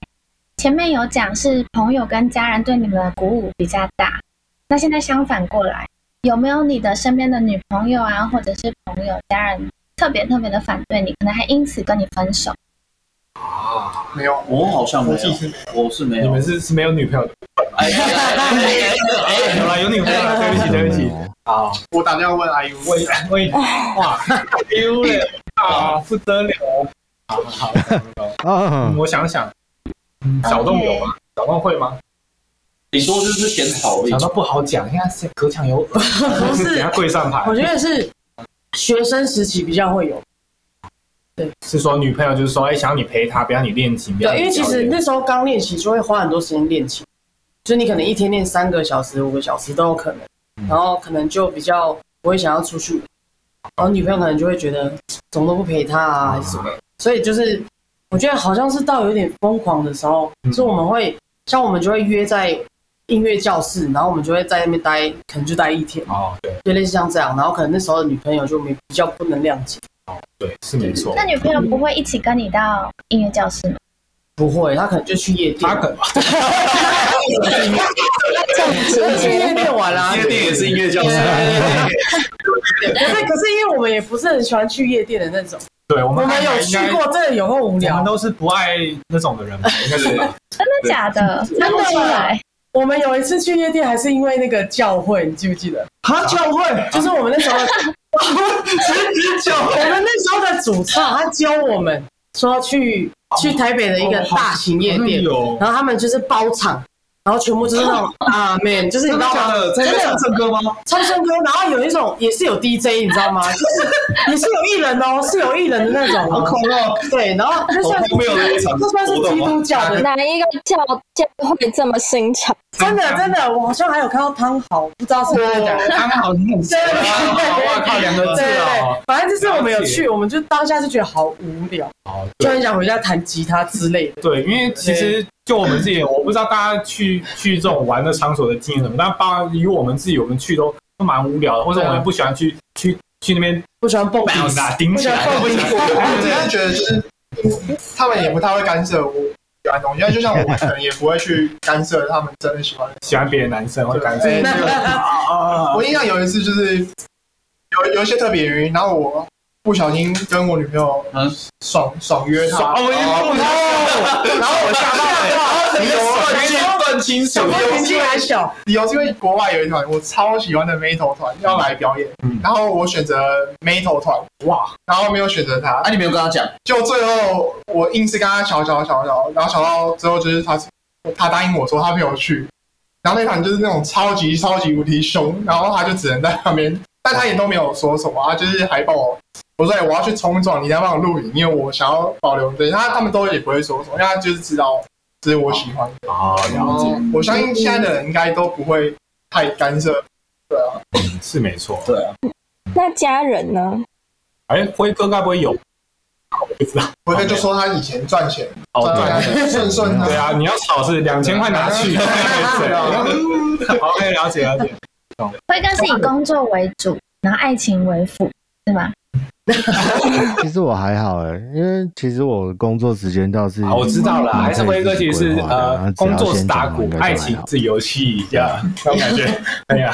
前面有讲是朋友跟家人对你们的鼓舞比较大，那现在相反过来，有没有你的身边的女朋友啊，或者是朋友、家人特别特别的反对你，可能还因此跟你分手？啊，没有，我好像没我有自己是没有，我是没你有们。是是没有女朋友的？哎 *laughs* 哎哎哎哎有啦，有女朋友啦，对不起，对不哎起。啊，我打电话问 IU，我我 *laughs* 哇，丢脸啊，不得了！好好好，啊，嗯我想想，嗯小洞有吗？小洞会吗？顶多就是检讨而已小。洞不好讲，现在是隔墙有耳，不等是下，跪上牌我。觉得是学生时期比较会有，是说女朋友就是说，哎，想要你陪她，不要你练琴，不要对，你因为其实表演那时候刚练习就会花很多时间练琴，就你可能一天练三个小时、五个小时都有可嗯能，然后可能就比较不会想要出去玩，然后女朋友可能就会觉得怎么都不陪她啊，还是什么，所以就是我觉得好像是到有点疯狂的时候，嗯所以我们会像我们就会约在音乐教室，然后我们就会在那边待，可能就待一天，哦，对就类似像这样，然后可能那时候的女朋友就没比较不能谅解，哦对是没错那。女朋友不会一起跟你到音乐教室吗？不会，她可能就去夜店，他可这样直去 *laughs* 夜接店玩啦、夜店 *laughs* 也是音乐教室，可是可是因为我们也不是很喜欢去夜店的那种，对我我们们有去过，，真的有够无我聊们。都是不爱那种的人吧，应该是 *laughs* 吧？真的假 *laughs* 的？真的出来？我们有一次去夜店，还是因为那个教会，你记不记得？啊教会就是我们那时候，*laughs* *laughs* 我们那时候的主唱啊他教我们说去哦去台北的一个大型夜店，有然后他们就是包场，然后全部就是那 *laughs* 种啊 man，就是你知道吗？的？在那边唱正歌吗？唱圣歌，然后有一种也是有 DJ，你知道吗？就是也是有艺人哦，是有艺人的那种哦，哦，对，然后那算是好荒谬的一场这算是活动基吗督教的哪一个教教会这么新潮？真的真的，我好像还有看到汤豪，不知道是不是真的。刚好你很啊对对对哇靠，两个对字对哦对，。反正就是我们有去，我们就当下就觉得好无聊，好，对就很想回家弹吉他之类的。对，因为其实就我们自己，我不知道大家去去这种玩的场所的经验什么，但包括以我们自己，我们去都都蛮无聊的，或者我们也不喜欢去去去那边啊不喜欢蹦迪，顶啊顶不起喜欢来，蹦迪。哎我真的觉得就是他们也不太会干涉我喜欢的东西，因为就像我可能也不会去干涉他们真的喜欢的。喜欢别的男生会感对觉哎啊 *laughs* 我印象有一次就是有有一些特别原因，然后我不小心跟我女朋友嗯爽爽约她，哦，我然后我吓到了，理由断清楚小朋友年纪还小，理由是因为国外有一团我超喜欢的 metal 团要来表演，嗯然后我选择 metal 团，哇，然后没有选择他啊，，你没有跟他讲，就最后我硬是跟他瞧瞧瞧瞧，然后瞧到最后就是他他答应我说他没有去，然后那场就是那种超级超级无敌凶，然后他就只能在旁边，但他也都没有说什么，他就是还帮我，我说、哎我要去冲撞，你要帮我录影，因为我想要保留对他他们都也不会说什么，因为他就是知道这是我喜欢的，哦，了解，我相信现在的人应该都不会太干涉，对啊，是没错。对啊，那家人呢？哎，辉哥该不会有？我不知道。我哥就说他以前赚钱哦，赚对，钱顺顺对啊，你要炒是两千块拿去。 *laughs* 对啊 *laughs* 对 OK，了解了解。辉哥是以工作为主，然后爱情为辅，是吗？其实我还好哎、因为其实我工作时间倒是好，啊我知道了，嗯还是辉哥其实是规划的啊呃，工作是打鼓，爱情。然后只要先讲完应该就还好是游戏，这样 *laughs* 那种感觉。哎呀，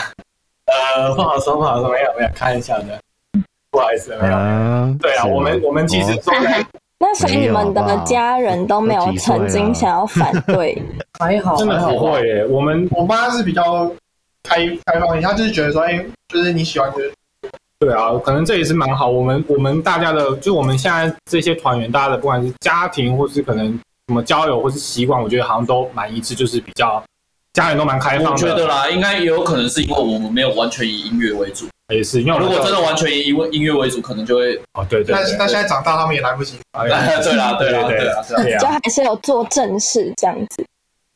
呃，不好说，不好说，没有没有，开玩笑的，不好意思，没有。嗯，对啊，是吗我们我们其实哦都在那所以你们没有吧的家人都没都有几岁曾了经想要反对还 *laughs* 好，真的很会耶，我们我妈是比较开开放一点，她就是觉得说，哎、就是你喜欢的，对啊，可能这也是蛮好。我们我们大家的，就我们现在这些团员，大家的不管是家庭或是可能什么交友或是习惯，我觉得好像都蛮一致，就是比较家人都蛮开放的。我觉得啦，应该也有可能是因为我们没有完全以音乐为主。也是，因为我如们果真的完全以音乐音乐为主，可能就会，哦，对对但对，但现在长 *laughs* 大，他们也来不及。哎对啦呀 *laughs* 对啦对啦对对啦，对啦对就啊，还是有做正事这样子。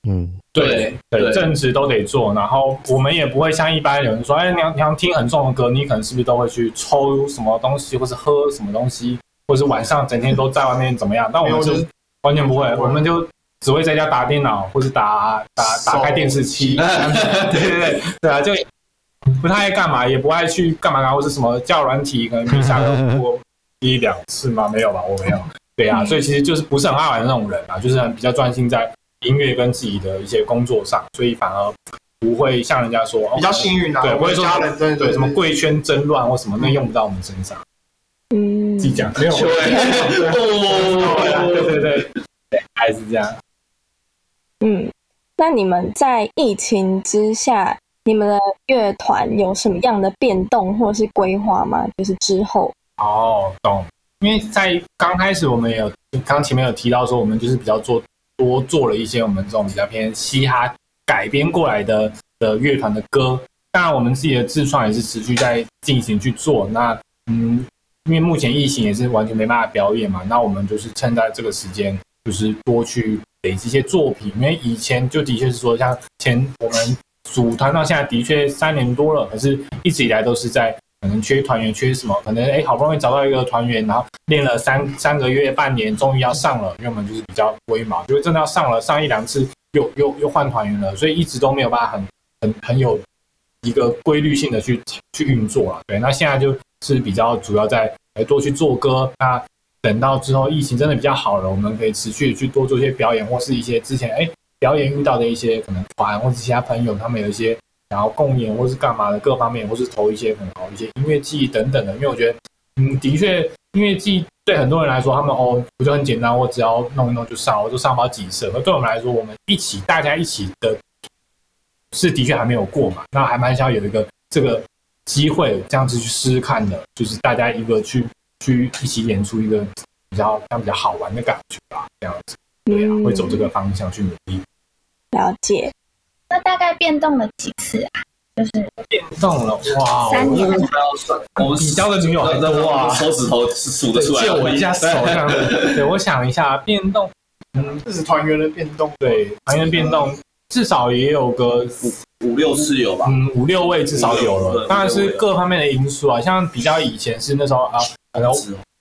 嗯，对对对，对正职都得做，然后我们也不会像一般人说，哎，你要你要听很重的歌，你可能是不是都会去抽什么东西，或是喝什么东西，或是晚上整天都在外面怎么样？但我没有们我就是是完全不会，不会我们就只会在家打电脑，或是打打打开电视机， *laughs* 对对对对啊，就不太爱干嘛，也不爱去干嘛干嘛，或是什么叫软体，可能一下课过一两次吗？没有吧，我没有。对啊，所以其实就是不是很爱玩的那种人啊，就是很比较专心在音乐跟自己的一些工作上，所以反而不会像人家说哦比较幸运啊，对，不会说家人真的对什么贵圈争乱或什么，那用不到我们身上。嗯自，己讲没有，对， *laughs* 对不，对对，还是这样。嗯，那你们在疫情之下，你们的乐团有什么样的变动或是规划吗？就是之后，哦，懂。因为在刚开始，我们也有刚前面有提到说，我们就是比较做多做了一些我们这种比较偏嘻哈改编过来的的乐团的歌。当然，我们自己的自创也是持续在进行去做。那嗯，因为目前疫情也是完全没办法表演嘛，那我们就是趁在这个时间，就是多去累积一些作品。因为以前就的确是说，像前我们组团到现在的确三年多了，可是一直以来都是在可能缺团员，缺什么，可能哎好不容易找到一个团员，然后练了三三个月、半年，终于要上了，因为我们就是比较龟毛，就是真的要上了，上一两次又又又换团员了，所以一直都没有办法很很很有一个规律性的去去运作了。对，那现在就是比较主要在哎多去做歌，那等到之后疫情真的比较好了，我们可以持续去多做一些表演，或是一些之前哎表演遇到的一些可能团或是其他朋友，他们有一些然后共演或是干嘛的各方面，或是投一些很好一些音乐季等等的，因为我觉得，嗯，的确音乐季对很多人来说，他们哦，不就很简单，我只要弄一弄就上，我就上不了几次。而对我们来说，我们一起大家一起的，是的确还没有过嘛，那还蛮想有一个这个机会，这样子去试试看的，就是大家一个去去一起演出一个比较这样比较好玩的感觉吧，这样子对啊，嗯，会走这个方向去努力。了解。那大概变动了几次啊？就是变动了，哇，哦三我年这个我们你交的女友很多啊手指头是数得对出来的。借我一下手，这 *laughs* 样子。对，我想一下，变动，嗯，这是团员的变动，对，团员变动至少也有个五六次有吧？嗯五六位，至少有五六了。位当然是各方面的因素啊，像比较以前是那时候啊，可能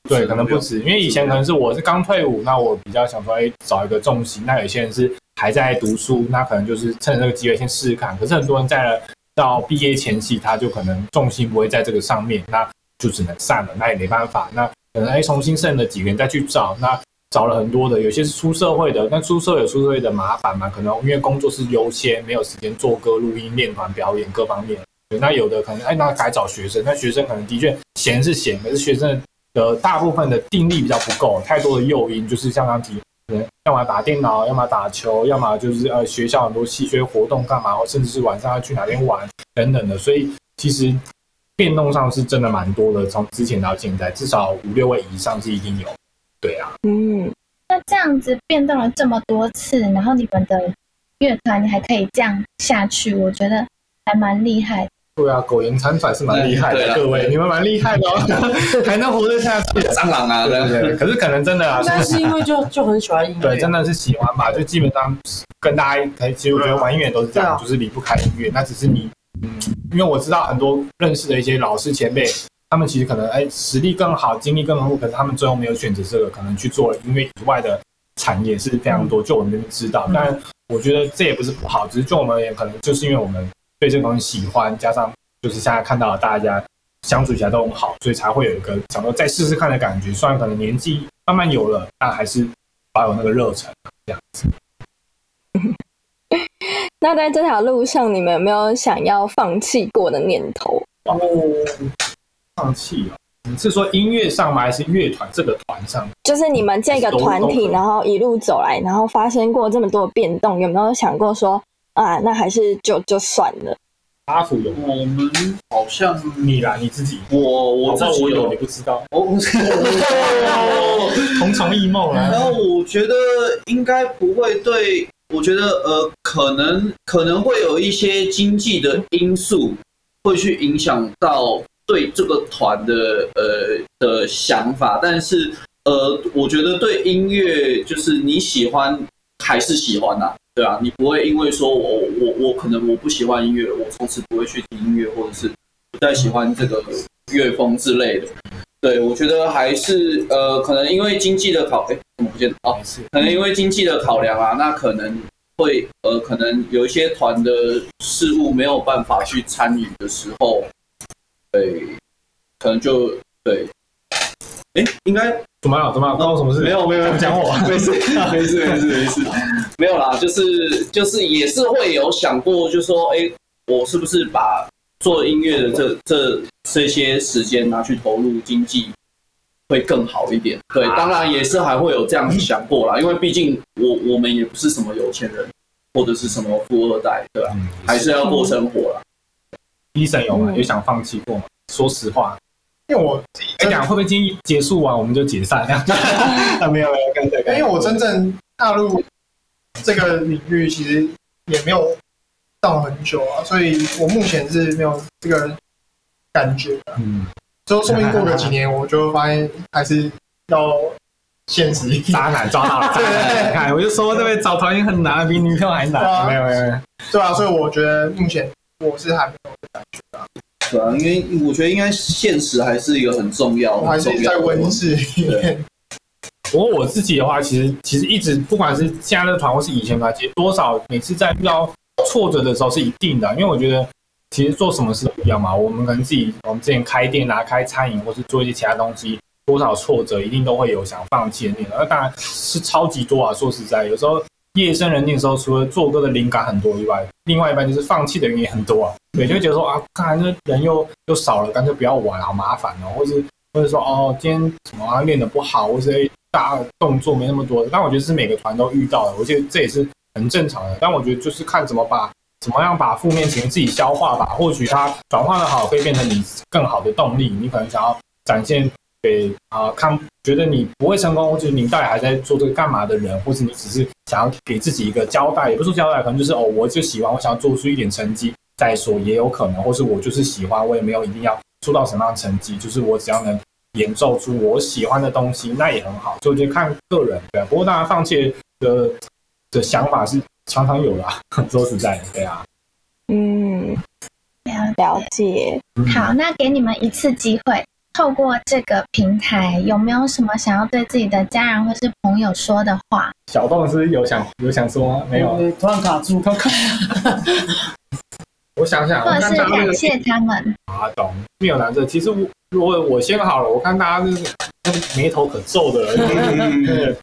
对，可能不止，因为以前可能是我是刚退伍，那我比较想说，哎，找一个重心。那有些人是还在读书，那可能就是趁着这个机会先试试看。可是很多人在了到毕业前夕，他就可能重心不会在这个上面，那就只能散了，那也没办法。那可能哎，重新剩了几个人再去找，那找了很多的，有些是出社会的，但出社会有出社会的麻烦嘛，可能因为工作是优先，没有时间做歌、录音、练团、表演各方面。对那有的可能哎，那改找学生，那学生可能的确闲是闲，可是学生的大部分的定力比较不够，太多的诱因，就是像刚提，可能要么打电脑，要么打球，要么就是呃学校很多戏学活动干嘛，或甚至是晚上要去哪边玩等等的，所以其实变动上是真的蛮多的，从之前到现在，至少五六位以上是一定有。对啊，嗯，那这样子变动了这么多次，然后你们的乐团，你还可以这样下去，我觉得还蛮厉害的。对啊，苟延残喘是蛮厉害嗯对的，啊各位，你们蛮厉害 *laughs* 的，哦，还能活得下去。蟑螂啊，对对对，可是可能真 *laughs* 的啊应，该是因为就就很喜欢音乐， *laughs* 对，真的是喜欢吧，就基本上跟大家可以，其实我觉得玩音乐都是这对样，啊就是离不开音乐。那只是你，嗯，因为我知道很多认识的一些老师前辈，他们其实可能哎实力更好，经历更丰富，可是他们最后没有选择这个，可能去做了音乐以外的产业是非常多。就我们这边知道，但我觉得这也不是不好，只是就我们也可能就是因为我们对这个东西喜欢，加上就是现在看到大家相处起来都很好，所以才会有一个想说再试试看的感觉。虽然可能年纪慢慢有了，但还是保有那个热忱。 *laughs* 那在这条路上，你们有没有想要放弃过的念头？哦，放弃哦？你是说音乐上吗？还是乐团这个团上？就是你们这个团体，然后一路走来，然后发生过这么多变动，有没有想过说啊，那还是就就算了？阿福有我们好像你啦，你自己，我我自搞不好己我有你不知道，我 *laughs* 我 *laughs* 同床异梦然啊。后我觉得应该不会对，我觉得呃，可能可能会有一些经济的因素会去影响到对这个团的呃的想法，但是呃，我觉得对音乐就是你喜欢还是喜欢呐、对啊，你不会因为说我我我可能我不喜欢音乐，我从此不会去听音乐，或者是不再喜欢这个乐风之类的。对，我觉得还是呃，可能因为经济的考，哎，怎么不见了？哦，没事可能因为经济的考量啊，那可能会呃，可能有一些团的事物没有办法去参与的时候，对，可能就对，哎，应该怎么了？怎么了？关我什么事？没有没有没有讲我。没事 *laughs* 没事没事没事，没有啦，就是就是也是会有想过，就说哎、诶我是不是把做音乐的这这这些时间拿去投入经济会更好一点？对，当然也是还会有这样想过啦，因为毕竟我我们也不是什么有钱人或者是什么富二代，对吧、嗯还是要过生活啦。医生有吗？有想放弃过吗？说实话，因为我哎，讲会不会今天结束完我们就解散？啊，没有没有，刚才因为我真正踏入这个领域，其实也没有到很久啊，所以我目前是没有这个感觉的。嗯，就说明过个几年，我就发现还是要现实一点。渣男抓到了，渣男！你看，我就说对不对？找团员很难，比女朋友还对啊难。没有没有没有，对啊，所以我觉得目前我是还没对啊，因为我觉得应该现实还是一个很重要，有，还很重是要在的温室里面。不过我自己的话，其实其实一直不管是现在的团或是以前的团，其实多少每次在遇到挫折的时候是一定的，因为我觉得其实做什么事都一样嘛。我们可能自己我们之前开店啊、开餐饮或是做一些其他东西，多少挫折一定都会有想放弃的念头。那当然是超级多啊！说实在，有时候夜深人静的时候，除了做歌的灵感很多以外，另外一半就是放弃的原因也很多啊。对，就会觉得说啊，看来这人又又少了，干脆不要玩，好麻烦哦，或是或者说哦，今天什么啊练得不好，或是哎大家动作没那么多。但我觉得是每个团都遇到的，我觉得这也是很正常的。但我觉得就是看怎么把怎么样把负面情绪自己消化吧，或许它转化的好，可以变成你更好的动力。你可能想要展现给啊、看，觉得你不会成功，或者你到底还在做这个干嘛的人，或者你只是想要给自己一个交代，也不是说交代，可能就是哦，我就喜欢，我想要做出一点成绩再说，也有可能，或是我就是喜欢，我也没有一定要做到什么样的成绩，就是我只要能演奏出我喜欢的东西，那也很好。所以我觉得看个人对啊、不过当然放弃的的想法是常常有啦， *laughs* 说实在的，对啊。嗯，了了解。嗯好，那给你们一次机会，透过这个平台，有没有什么想要对自己的家人或是朋友说的话？小洞是不是有想有想说吗？没有，对，突然卡住， *laughs* 我想想，或我者看是大家感谢他们？啊，懂没有难这，其实我如果我先好了，我看大家是眉头可皱的，嗯对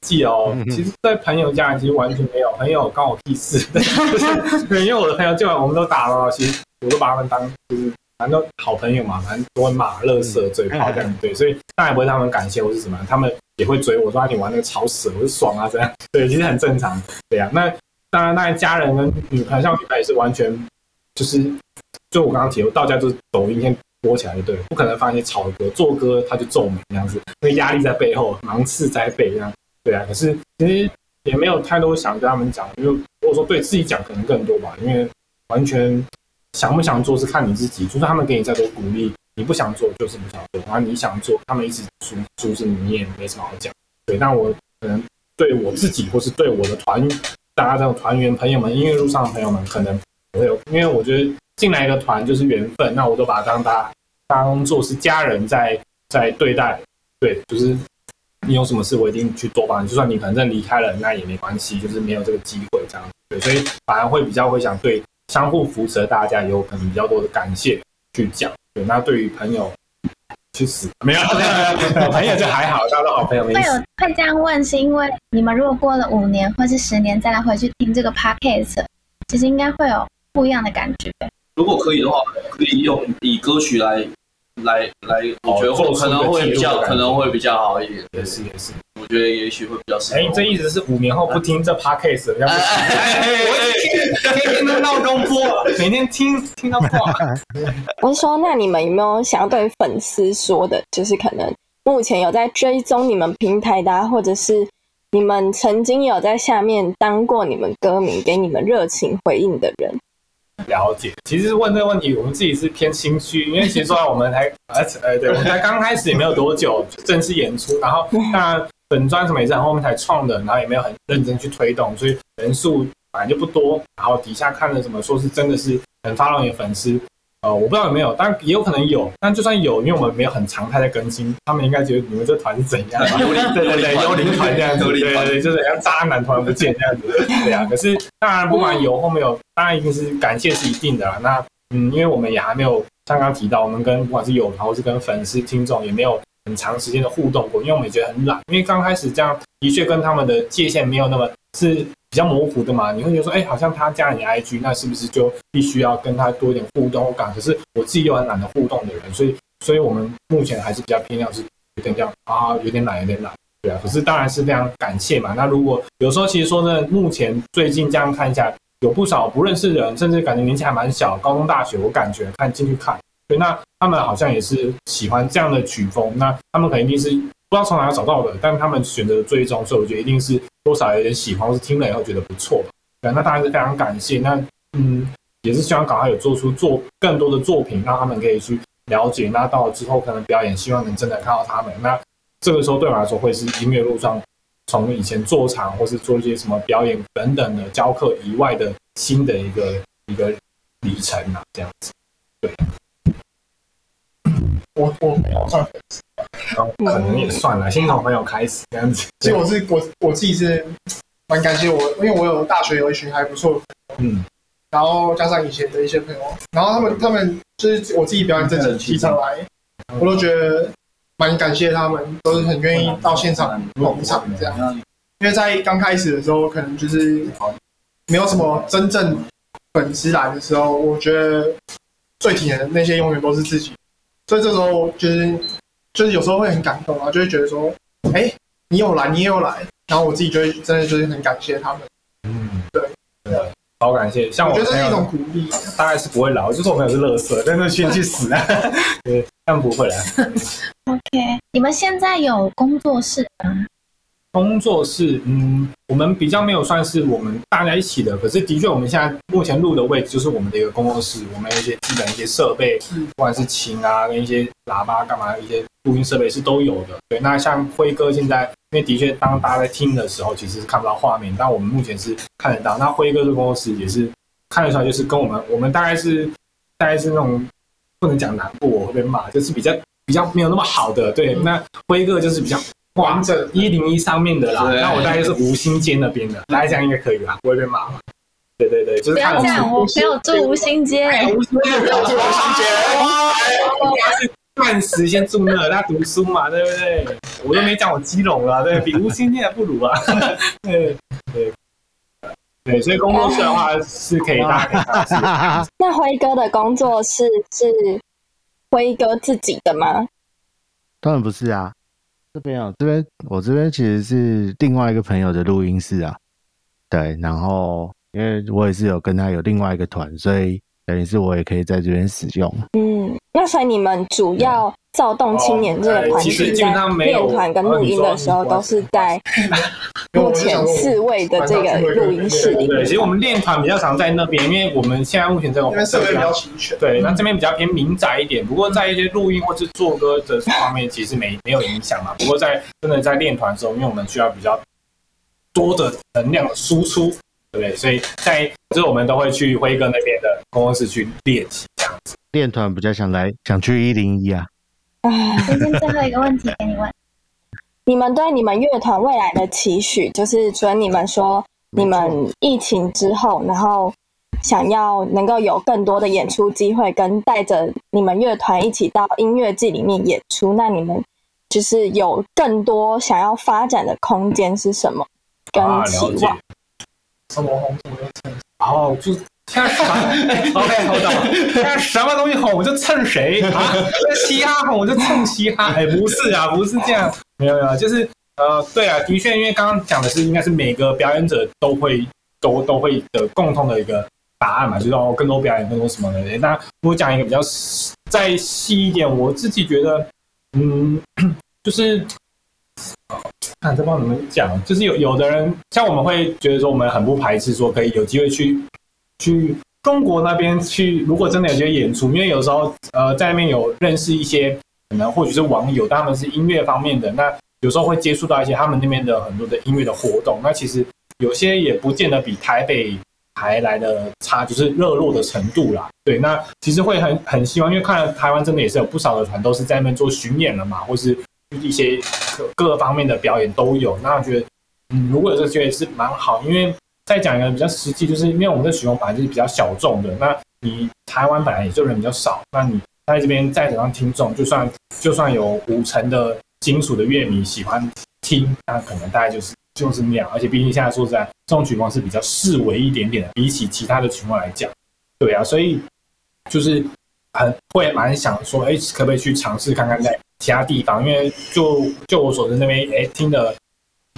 记哦。其实，在朋友家人其实完全没有，朋友关我屁事。就是对，因为我的朋友，就算我们都打了，其实我都把他们当就是反正都好朋友嘛，反正都会骂、乐色、嘴炮这样对，所以当然不会让他们感谢或是什么，他们也会追我说啊你玩那个吵死了，我就爽啊这样。对，其实很正常。对啊，那当然，那家人跟女朋友像女朋友也是完全就是，就我刚刚提到，到家就是抖音先播起来就对了，不可能放一些炒的歌，做歌他就皱眉这样子，那个压力在背后，芒刺在背这样，对啊。可是其实也没有太多想跟他们讲，因为我或者说对自己讲可能更多吧，因为完全想不想做是看你自己，就算他们给你再多鼓励，你不想做就是不想做，然后你想做，他们一直阻阻止你，你也没什么好讲。对，但我可能对我自己或是对我的团，大家这种团员朋友们、音乐路上的朋友们，可能我有，因为我觉得进来一个团就是缘分，那我都把它当大当做是家人在在对待，对，就是你有什么事我一定去多帮你，就算你可能真的离开了，那也没关系，就是没有这个机会这样，对，所以反而会比较会想对相互扶持的大家有可能比较多的感谢去讲，对，那对于朋友。去死！没有，没有，没有，朋友就还好，大家都好朋友，没会事有。会这样问，是因为你们如果过了五年或是十年再来回去听这个 podcast，其实应该会有不一样的感觉。如果可以的话，可以用以歌曲来来来，我觉得会做出可能会比一较个记录的感觉可能会比较好一点。也是也是。我觉得也许会比较适合哎、我。这意思是五年后不听这 podcast，要不 *laughs* 天天的闹钟播，每天听听到啊挂。 *laughs* 我是说，那你们有没有想要对粉丝说的？就是可能目前有在追踪你们平台的、啊，或者是你们曾经有在下面当过你们歌迷，给你们热情回应的人。了解，其实问这个问题，我们自己是偏心虚，因为其实说来我们才， *laughs* 而且呃，对，我们才刚开始也没有多久就正式演出，然后那本专什么也是很后面才创的，然后也没有很认真去推动，所以人数本来就不多，然后底下看了什么说是真的是很发动你的粉丝。呃，我不知道有没有，但也有可能有。但就算有，因为我们没有很常态在更新，他们应该觉得你们这团是怎样 *laughs* 吧？幽灵对对对，幽灵团这样子，幽对灵对团对，就是像渣男团不见这样子， *laughs* 对啊。可是当然不管有后面有，当然一定是感谢是一定的啦。那嗯，因为我们也还没有像刚刚提到，我们跟不管是友啊团或是跟粉丝听众也没有很长时间的互动过，因为我们也觉得很懒，因为刚开始这样的确跟他们的界限没有那么是比较模糊的嘛，你会觉得说，哎、好像他加了你 IG，那是不是就必须要跟他多一点互动或感？可是我自己又很懒得互动的人，所以所以我们目前还是比较偏向是有点这样啊，有点懒，有点懒。对啊，可是当然是非常感谢嘛。那如果有时候其实说呢，目前最近这样看一下，有不少不认识的人，甚至感觉年纪还蛮小，高中、大学，我感觉看进去看，对，那他们好像也是喜欢这样的曲风，那他们肯定是不知道从哪找到的，但他们选择追踪，所以我觉得一定是多少有点喜欢，或是听了以后觉得不错吧。对啊，那当然是非常感谢。那嗯，也是希望赶快有做出做更多的作品，让他们可以去了解。那到了之后可能表演，希望能真的看到他们。那这个时候对我来说会是音乐路上从以前做场或是做一些什么表演等等的教课以外的新的一个一个里程啊，这样子。我我算然后可能也算了，先从朋友开始这样子。其实我是我我自己是蛮感谢我，因为我有大学有一群还不错的嗯，然后加上以前的一些朋友，然后他们他们就是我自己表演这几几场来，我都觉得蛮感谢他们，都是很愿意到现场捧场这样。样。因为在刚开始的时候，可能就是没有什么真正粉丝来的时候，我觉得最体验的那些永远都是自己，所以这时候就是就是有时候会很感动啊，就会觉得说，哎、你有来，你也有来，然后我自己就会真的就是很感谢他们，嗯，对对啊，好感谢。像我我觉得这朋是友一种鼓励。大概是不会老，就是我朋友是乐色，但是去去死啊， *laughs* 对，但不会啦。 OK，你们现在有工作室吗？工作室，嗯，我们比较没有算是我们大家一起的，可是的确我们现在目前录的位置就是我们的一个工作室，我们有一些基本一些设备，不管是琴啊跟一些喇叭干嘛一些录音设备是都有的。对，那像辉哥现在，因为的确当大家在听的时候，其实是看不到画面，但我们目前是看得到。那辉哥这个工作室也是看得出来，就是跟我们我们大概是大概是那种不能讲南部，我会被骂，就是比较比较没有那么好的。对，那辉哥就是比较完整一零一上面的啦，对那我大概是吴兴街那边的，大家这样应该可以吧？不会被骂吧？对对对，就是不看要得这出样，我哦没有住吴兴街，不要做心结， *laughs* 暂时先住那，他读书嘛，对不对？我都没讲我基隆了，对比吴兴街还不如啊，对对对，所以工作室的话是可以大家可以尝试哈哈哈 *laughs* 那辉哥的工作室是辉哥自己的吗？当然不是啊，这边啊，这边我这边其实是另外一个朋友的录音室啊，对，然后因为我也是有跟他有另外一个团，所以等于是我也可以在这边使用。嗯，那所以你们主要躁动青年这个哦哎团其实体基本在上没有练团跟录音的时哦候，你说都是 *laughs* 在因为我目就前想说四位的这个录音室里对，其实我们练团比较常在那边，因为我们现在目前这种因为设备比较齐全，对，那这边比较偏民宅一点，不过在一些录音或是做歌的方面，其实没没有影响嘛。不过在真的在练团的时候，因为我们需要比较多的能量的输出，对不对？所以在就是我们都会去辉哥那边的工作室去练习。练团比较想来想去一零一啊，啊。 *laughs* 今天最后一个问题给你问，你们对你们乐团未来的期许，就是除了你们说你们疫情之后，然后想要能够有更多的演出机会，跟带着你们乐团一起到音乐季里面演出，那你们就是有更多想要发展的空间是什么？跟啊，期了解望。。什么红什么哦，就现在什 *laughs* 么？OK，好 *laughs* 的。现在什么东西红我就蹭 *laughs* 谁啊？嘻哈红我就蹭嘻哈？哎，不是啊，不是这样。没有没有，就是呃，对啊，的确，因为刚刚讲的是，应该是每个表演者都会都都会的共通的一个答案嘛，就是哦，更多表演，更多什么的。那我讲一个比较再细一点，我自己觉得，嗯， *clears throat* 就是。看这不知道怎么讲，就是有有的人像我们会觉得说，我们很不排斥说可以有机会去去中国那边去，如果真的有些演出，因为有时候呃在那边有认识一些可能或许是网友，但他们是音乐方面的，那有时候会接触到一些他们那边的很多的音乐的活动，那其实有些也不见得比台北还来的差，就是热络的程度啦。对，那其实会很很希望，因为看来台湾真的也是有不少的团都是在那边做巡演了嘛，或是一些各各个方面的表演都有。那我觉得，嗯，如果有这个机会是蛮好，因为再讲一个比较实际，就是因为我们的曲风本来就是比较小众的，那你台湾本来也就人比较少，那你在这边再怎样听众，就算就算有五成的金属的乐迷喜欢听，那可能大概就是就是那样。而且毕竟现在说实在，这种曲风是比较视为一点点的，比起其他的曲风来讲，对啊，所以就是很会蛮想说，哎、可不可以去尝试看看在其他地方？因为就就我所知那边，哎、听的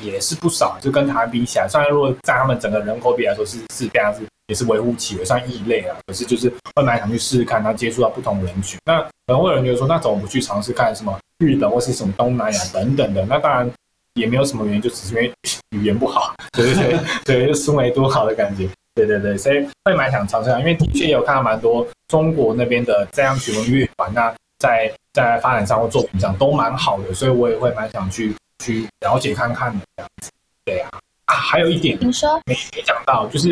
也是不少，就跟台湾比起来，虽然如果在他们整个人口比来说是是非常是也是微乎其微，算异类啊，可是就是会蛮想去试试看，然后接触到不同人群。那可能会有人觉得说，那怎么不去尝试看什么日本或是什么东南亚等等的？那当然也没有什么原因，就只是因为语言不好，对对对， *laughs* 对，就苏梅多好的感觉。对对对，所以会蛮想尝试啊，因为的确也有看到蛮多中国那边的这样曲风乐团，那在在发展上或作品上都蛮好的，所以我也会蛮想去去了解看看的这样子。对啊，啊，还有一点你说没没讲到，就是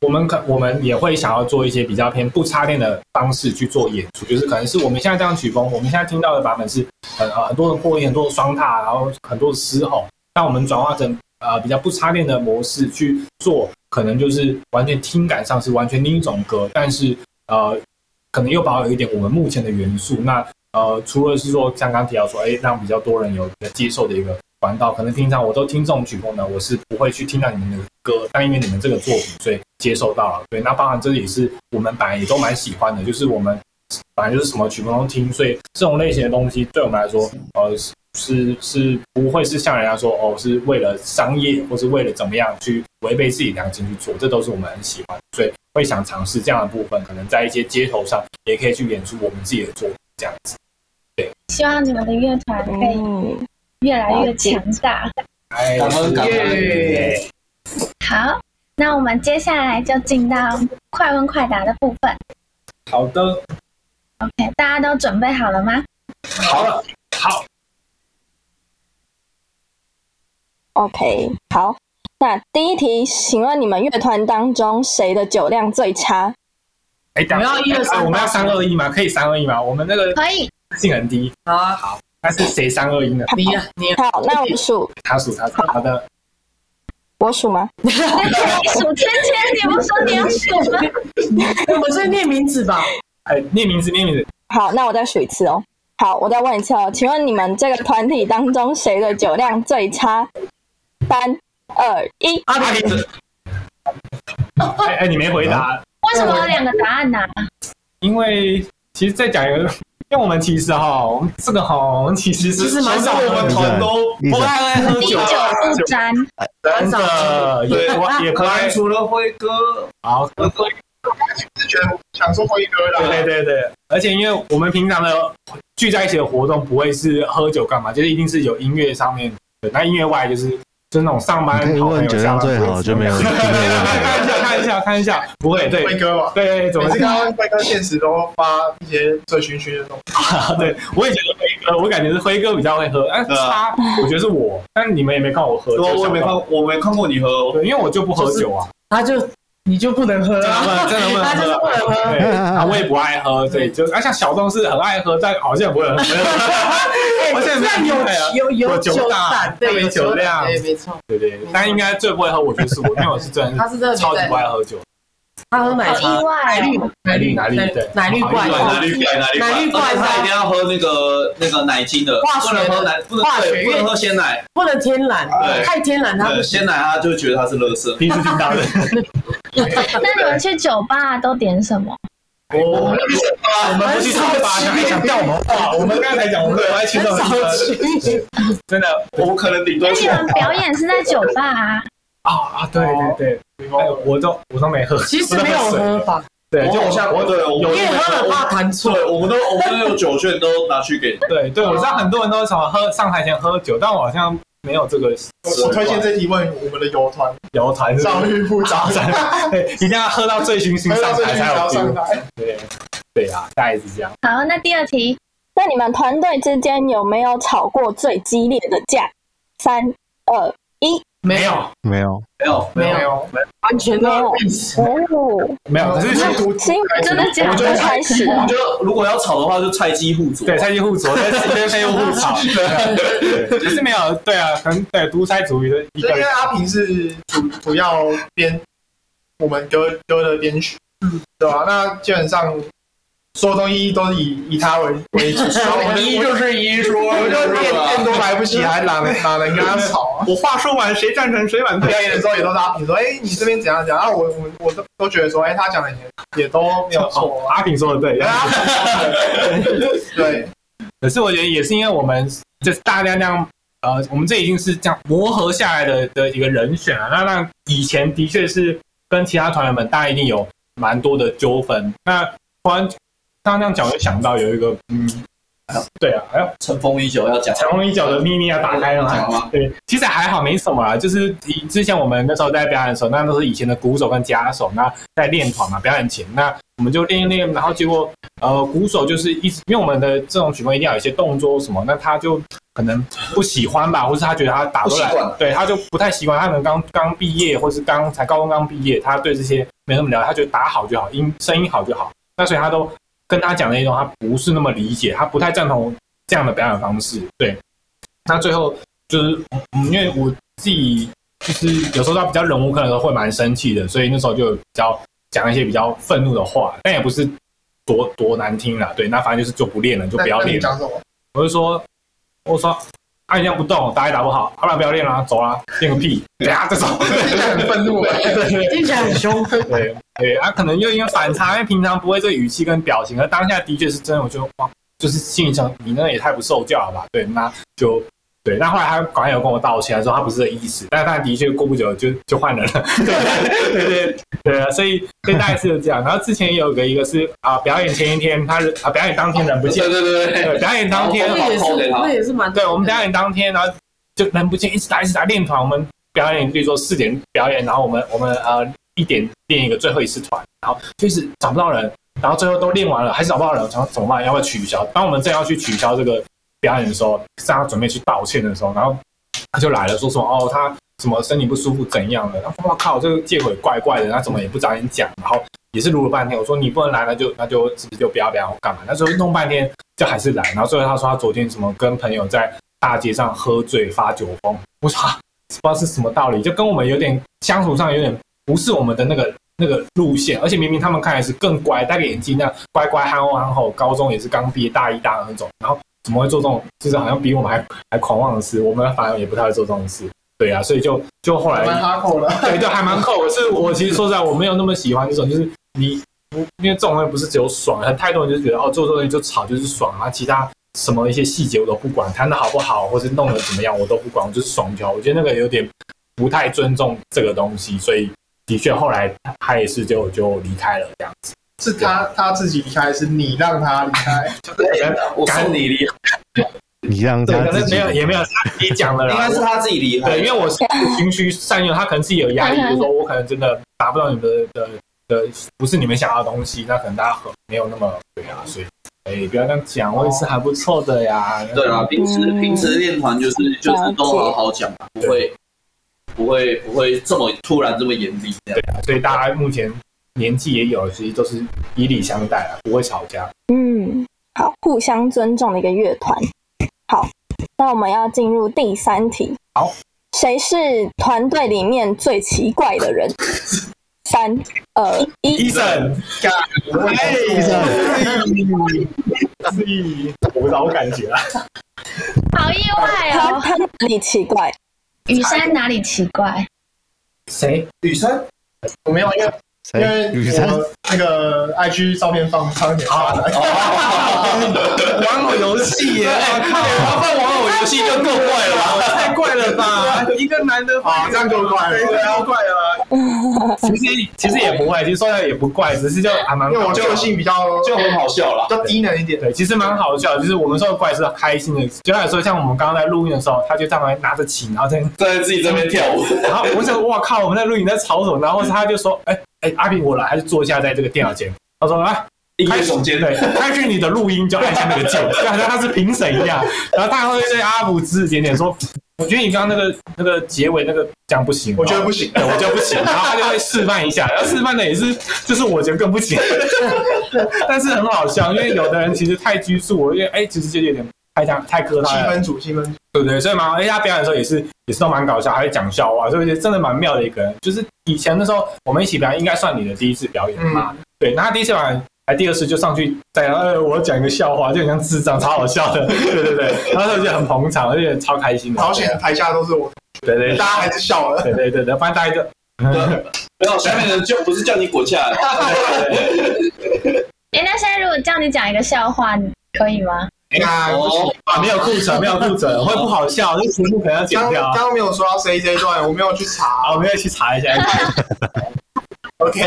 我们可我们也会想要做一些比较偏不插电的方式去做演出，就是可能是我们现在这样曲风，我们现在听到的版本是很呃很多的破音、很多的双踏，然后很多的嘶吼，那我们转化成呃比较不插电的模式去做，可能就是完全听感上是完全另一种歌，但是呃可能又保有一点我们目前的元素。那呃除了是说像刚提到说，哎、让比较多人有一个接受的一个管道，可能平常我都听这种曲风呢，我是不会去听到你们的歌，但因为你们这个作品，所以接受到了。对，那包含这也是我们本来也都蛮喜欢的，就是我们本来就是什么曲风都听，所以这种类型的东西对我们来说，呃，是是是不会是像人家说哦，是为了商业或是为了怎么样去违背自己良心去做，这都是我们很喜欢的，所以会想尝试这样的部分，可能在一些街头上也可以去演出我们自己的作品这样子。希望你们的乐团可以哦嗯，越来越强大。哎，感恩感恩耶好，那我们接下来就进到快问快答的部分。好的， OK，大家都准备好了吗？好了，好， OK，好，那第一题，请问你们乐团当中谁的酒量最差？哎，等下我们要一二三哎我们要三二一吗？可以三二一吗？我们那个可以，性很低，好啊，但是谁三二一呢？你呀，你呀，好，那我数，他数他数，好的，我数吗？你哎数天天，你不说你要数吗？ *laughs* 我们是念名字吧？哎，念名字念名字，好，那我再数一次哦。好，我再问一次哦，请问你们这个团体当中谁的酒量最差？三二一，阿林子。哎哎，你没回答，为什么有两个答案呢、啊因为其实再讲一个，因为我们其实哈，我们这个哈，我们其其实实是蛮很少多的我们团都一直不太爱喝滴酒酒啊，不沾， *laughs* 真 *laughs* 的也我也可可能以除了辉哥，好，之前想说辉哥对对啦，对对，而且因为我们平常的聚在一起的活动不会是喝酒干嘛，就是一定是有音乐上面的。那音乐外就是就是那种上班你可以好朋问友酒下量班最好就没有就没有问题了。看一下看一下看一下，不会对辉哥嘛，对对，怎每么次是看到辉哥现实都发一些醉醺醺的东西，他？ *laughs* 对，我也觉得辉哥，我感觉是辉哥比较会喝，但对啊他我觉得是我，但你们也没看我喝，我我也没看，，我没看过你喝哦，对，因为我就不喝酒啊，他就你就不能喝真啊，的真的不 *laughs* 能他就是不喝能啊。喝。 *laughs* 对，啊，我也不爱喝，对，就而像小众是很爱喝，但好像也不会很喝。哎我现在这样对啊有有我有酒酒大胆，对，他没有酒酒量胆，对，没错，对对，但应该最不会喝，我觉得是我，因为我是真的他是真的是超级不爱喝酒。他喝奶茶好意，外奶绿哦，奶绿奶绿对奶绿好怪意外奶哇绿怪，奶绿怪，奶绿怪而且他一定要喝那个那个奶精的，化学不能哎喝奶，不能化学对不能喝鲜奶，不能天然对，太天然他不对，鲜奶他就觉得他是垃圾。第一次听到的，那你们去酒吧都点什么？我我们我们不去唱吧，想想掉我们话，我们刚才讲我们都在群众很少 *laughs* 去。真的我可能顶多那你们表演是在酒吧啊？啊啊，对对对，哎我都我都没喝，其实没有我都喝水，吧，对，就我好像我对我有因为喝了怕弹错。对，我们都我们都有酒券都拿去给，对对，我知道很多人都什么喝上台前喝酒，但我好像没有这个习惯。我我推荐这题问我们的游团摇坛是不是张玉部长摇，坛，对，一定要喝到醉醺醺喝上到醉醺台醺才要有上 feel。台，对对啊，大概是这样。好，那第二题，那你们团队之间有没有吵过最激烈的架？三二一， *laughs* 没有没有，没有没有没有，完全都有历史。哦，没有，可是其实是因为真的假我觉的得？开始了我觉得如果要吵的话，就菜鸡互啄。对菜鸡互啄，但是跟废物互吵，对对就是没有对啊，可能对独裁主义的一就个因为阿平是主主要编我们歌歌的编曲，嗯，对吧、那基本上所有东西都是以以他为 *laughs* 为主，然后我们是一说，我们就练练都来不及，还哪能哪能跟他吵啊？我话说完，谁赞成谁反对表？演的时候也都是阿平说，哎、你这边怎样讲？然后我我我都都觉得说，哎、他讲的也也都没有错哦啊。阿平说的对，阿平说的对，可是我觉得也是因为我们就是大家这样，呃，我们这已经是这样磨合下来的的一个人选啊。那那以前的确是跟其他团员们，大家一定有蛮多的纠纷。那突然刚刚这样讲，我就想到有一个，嗯，哎呦对啊，哎呦，尘封已久要讲。长龙一角的秘密要打开了讲吗嘛？对，其实还好，没什么啦。就是以之前我们那时候在表演的时候，那都是以前的鼓手跟吉他手，那在练团嘛，表演前，那我们就练一练，然后结果呃，鼓手就是一直因为我们的这种曲风一定要有一些动作什么，那他就可能不喜欢吧，或是他觉得他打不来不习惯，对，他就不太习惯。他可能刚刚毕业，或是刚才高中刚毕业，他对这些没那么了解，他觉得打好就好，音声音好就好。那所以他都跟他讲的内容，他不是那么理解，他不太赞同这样的表演方式。对，那最后就是，嗯，因为我自己就是有时候到比较忍无可忍的时候会蛮生气的，所以那时候就比较讲一些比较愤怒的话，但也不是多多难听啦。对，那反正就是就不练了，就那不要那你练了。讲什么？我就说，我说。按这样不动，打也打不好，好了，不要练啦，走啦，练个屁，等下啊再走。听起来很愤怒哎，听起来很凶，对对，啊，可能又因为反差，因为平常不会这个语气跟表情，而当下的确是真的，我就哇，就是心里想，你那也太不受教了吧？对，那就对。那后来他管有跟我道歉，说他不是这意思，但他的确过不久就就换人了。 *laughs* 对对对对啊，所以所以大概是这样。然后之前有个一个是啊，表演前一天他人啊，表演当天人不见对，对对对对，表演当天那也是好好给他那也是蛮对，我们表演当天，然后就人不见，一直打，一直打练团。我们表演，比如说四点表演，然后我们我们呃一点练一个最后一次团，然后就是找不到人，然后最后都练完了，还是找不到人，想说怎么办？要不要取消？当我们正要去取消这个表演的时候，正要准备去道歉的时候，然后他就来了，说什么哦，他什么身体不舒服怎样的？然后我靠，这个借口也怪怪的，他怎么也不早点讲，然后也是撸了半天。我说你不能来，那就那就是不是就不要不要干嘛？那时候弄半天就还是来，然后最后他说他昨天什么跟朋友在大街上喝醉发酒疯，我说、啊、不知道是什么道理，就跟我们有点相处上有点不是我们的那个那个路线，而且明明他们看来是更乖，戴个眼镜那样乖乖憨厚憨厚，高中也是刚毕业大一大二那种，然后怎么会做这种就是好像比我们还还狂妄的事？我们反而也不太会做这种事，对啊，所以就就后来蛮哈口的。 *laughs* 对，就还蛮扣。可是我其实说实在，我没有那么喜欢这种，就是你不，因为这种东西不是只有爽，很太多人就是觉得哦，做这东西就吵就是爽啊，其他什么一些细节我都不管，弹的好不好，或是弄得怎么样我都不管，我就是爽就好。我觉得那个有点不太尊重这个东西，所以的确后来他也是就就离开了这样子。 *laughs* 是他他自己离开，还是你让他离开？对，我送你离，你让对，他可自是己没有也没有他自己讲的应啦该。是他自己离对，因开。为我是循循善诱，他可能自己有压力，就是说我可能真的达不到你们的的的，不是你们想要的东西，那可能大家合没有那么对啊，所以哎、不要这样讲，我也是还不错的呀。对啊，平时嗯平时练团就是就是都好好讲嘛，不会不会不会这么突然这么严厉这样。啊所以大家目前年纪也有了，其实都是以礼相待啊，不会吵架。嗯，好，互相尊重的一个乐团。好，那我们要进入第三题。好，谁是团队里面最奇怪的人？三二一，生，喂，所以我不知道我感觉啊，好意外他哦！他哪里奇怪？雨山哪里奇 *laughs* 怪？谁？雨生，我没有，因为因谁？雨为山我那个 IG 照片放上一点发的，玩偶游戏耶！我要放玩偶游戏就够怪了吧？太怪了吧？一个男的啊，这样就怪了，对啊，怪了。其实其实也不会，其实说来也不怪，只是就还蛮因为我个性比较就很好笑啦比。较低能一点，对，其实蛮好笑的，就是我们说的怪是开心的。就来说，像我们刚刚在录音的时候，他就在旁边拿着琴，然后在，在自己这边跳舞， *laughs* 然后我想，哇靠，我们在录音在吵什么？然后他就说，哎、哎、阿平我来，他就坐下在这个电脑前，他说来。音开乐始总监对，开始你的录音就按下那 *laughs* 个键，就好像他是评审一样。然后他会对阿福指指点点说：“我觉得你刚刚那个那个结尾那个这样不行，我觉得不行。对，我就不行。然后他就会示范一下，然后示范的也是，就是我觉得更不行。但是很好笑，因为有的人其实太拘束，我因为哎，其实就有点太像太苛七他了，分组，七分组，对不对？所以蛮好，而且他表演的时候也是也是都蛮搞笑，还会讲笑话，所以我觉得真的蛮妙的一个人。就是以前的时候，我们一起表演，应该算你的第一次表演嘛。嗯对，那他第一次表演。还第二次就上去再呃，我讲一个笑话，就很像智障，超好笑的， *laughs* 对对对，然后就很捧场，而且超开心的，朝鲜台下都是我，对对大家还是笑了。对对对对，反正大家就没有下面的就不是叫你滚下来， *laughs* 哎，那现在如果叫你讲一个笑话，你可以吗？那不行啊，没有库存，没有库存，会不好笑，这题目可能要剪刚掉刚啊。刚没有说到 C J 段，我没有去查。好，我们要去查一下。 *laughs* OK，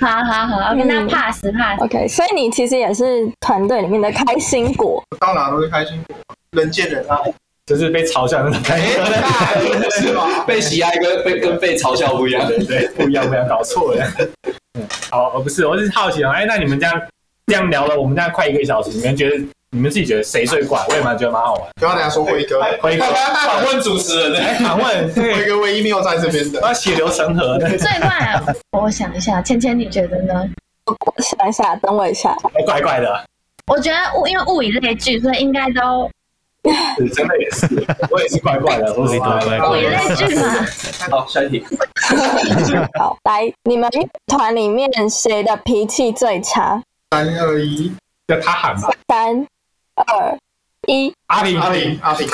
好好好，OK，那嗯 pass pass。 OK，所以你其实也是团队里面的开心 *laughs* 果。到哪都是开心果，人见人爱。哎就是被嘲笑的那种感觉，是吧？被喜爱跟被跟被嘲笑不一样。对对，不一样，不一样，搞错了。 *laughs* 嗯，好，哦不是，我只是好奇啊，哎，那你们这样这样聊了，我们这样快一个小时，你们觉得你们自己觉得谁最怪？我也蛮觉得蛮好玩。不要等下说辉哥，*laughs* 辉哥，哎反问主持人呢？反问，辉对，哥唯一没有在这 *laughs* 边的。要血流成河的，最怪，我想一下，芊芊你觉得呢？我想一下，等我一下。怪怪哎的，我觉得物因为物以类聚，所以应该都是真的也是，我也是怪怪的，说实话，怪物怪以的类聚嘛。好，下一题。好，来，你们乐团里面谁的脾气最差？三二一，就他喊吧，三二一，阿平，阿平，阿平，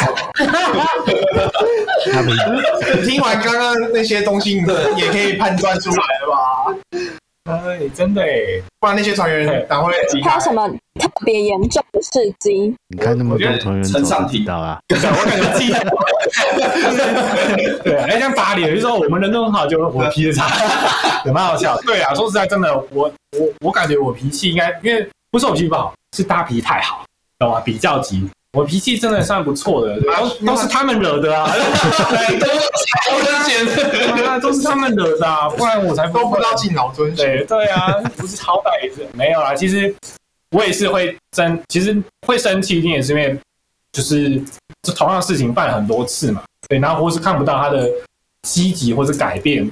他们 *laughs* 你听完刚刚那些东西，你也可以判断出来了吧？哎，真的哎，不然那些船员哪会离他开有？什么特别严重的事迹？你看那么多团员走就知道啦。对我感觉自己，对，哎，像打脸，就说我们人都很好，就我脾气差， *laughs* 也蛮好笑。对啊，说实在，真的，我我我感觉我脾气应该，因为不是我脾气不好，是大脾太好，懂吗？比较急。我脾气真的算不 *laughs* 错的，然后都啊是他们惹的 *laughs* 啊，对，都我的天！对啊都是他们惹的啊，不然我才都不知知道。道敬老尊贤。对对啊，不是好歹也是没有啦。其实我也是会生，其实会生气，一定也是因为就是这同样的事情办了很多次嘛，对，然后或是看不到他的积极或是改变，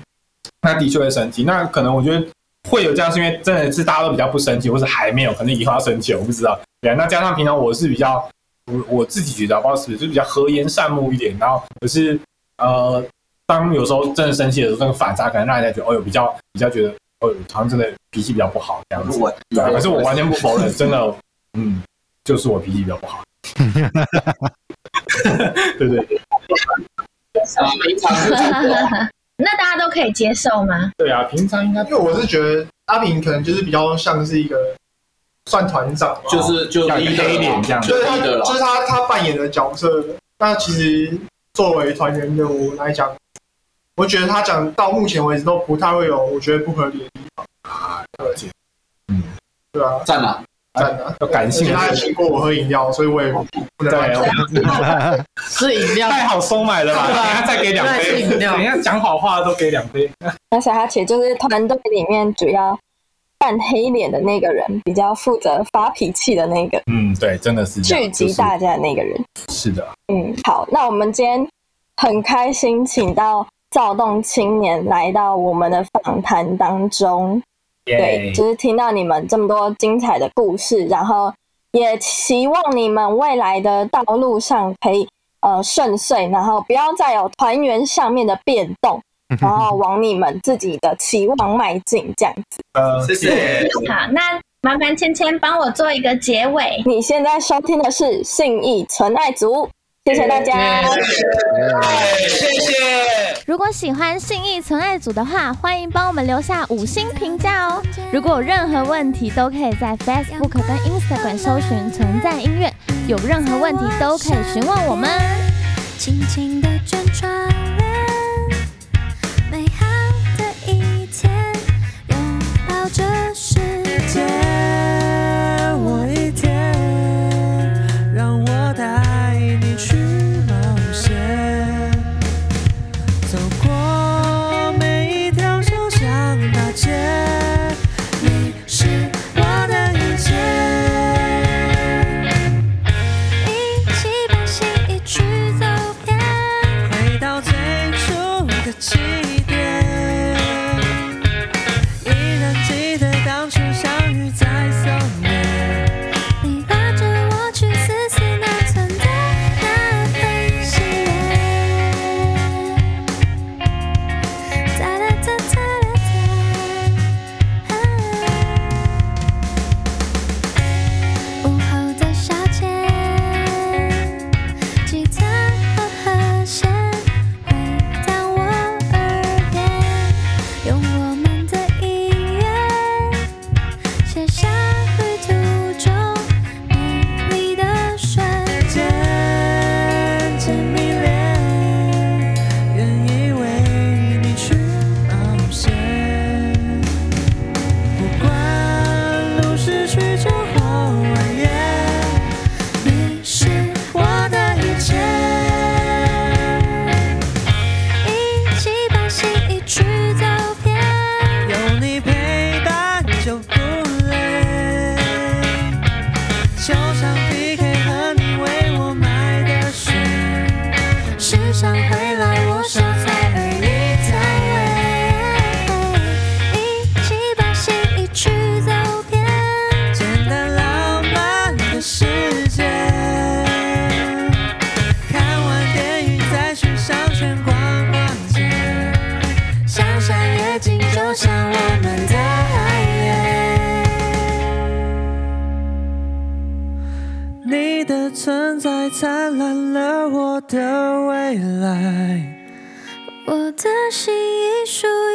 那的确会生气。那可能我觉得会有这样，是因为真的是大家都比较不生气，或是还没有，可能以后要生气，我不知道。对啊、那加上平常我是比较我我自己觉得，不知道是不是就比较和颜善目一点，然后可是呃。当有时候真的生气的时候，那个反差可能让人家觉得，哦，有比较比较觉得，哦，好像真的脾气比较不好这样子。我对啊，可是我完全不否认，真的，嗯，就是我脾气比较不好。对对对啊，平常是 *laughs* 那大家都可以接受吗？对啊，平常应该因为我是觉得阿平可能就是比较像是一个算团长吧，就是就像是一个黑脸这样就就是是他，一的啦就。是他，他扮演的角色。那其实作为团员的我来讲，我觉得他讲到目前为止都不太会有我觉得不合理的地方。了解，对啊，赞啦！赞的。要感而且性他还的请过我喝饮料，所以我也不能乱对讲。是饮料，太好收买了吧？对等啊一下再给两对杯，是饮料等一下讲好话都给两杯。而且他其实就是团队里面主要扮黑脸的那个人，比较负责发脾气的那个，嗯，对，真的是这聚样集大家的那个人。就是是的，嗯，好，那我们今天很开心，请到躁动青年来到我们的访谈当中。对，耶，就是听到你们这么多精彩的故事，然后也希望你们未来的道路上可以呃顺遂，然后不要再有团员上面的变动，然后往你们自己的期望迈进。这样，呃，谢谢，好，那麻烦芊芊帮我做一个结尾。你现在收听的是信义纯爱组，谢谢大家。谢谢。如果喜欢信义存爱组的话，欢迎帮我们留下五星评价哦。如果有任何问题，都可以在 Facebook 跟 Instagram 搜寻“存在音乐”，有任何问题都可以询问我们。轻轻地卷窗帘，美好的一天，拥抱这世界。我一天，让我带你去冒险，走过每一条小巷大街，你是我的一切。一起把心意去走遍，回到最初的起点，依然记得当初相遇在松烟。你拉着我去思思那存在那份喜悦。哒啦哒哒啦哒啊，午后的小街，吉他和和弦回到我耳边，用我们的音乐。写下旅途中美丽的瞬间。渐渐迷恋，愿意为你去冒险。不管路是曲折或蜿蜒，你是我的一切。一起把心意去走遍，有你陪伴就不累，就像 PK 和你为我买的水，时常回来我手菜，而你在尾。一起把心意去走遍，简单浪漫的世界。看完电影再去商圈逛逛街，想象夜景就像我们的爱恋。你的存在灿烂了我的未来。我的心已属于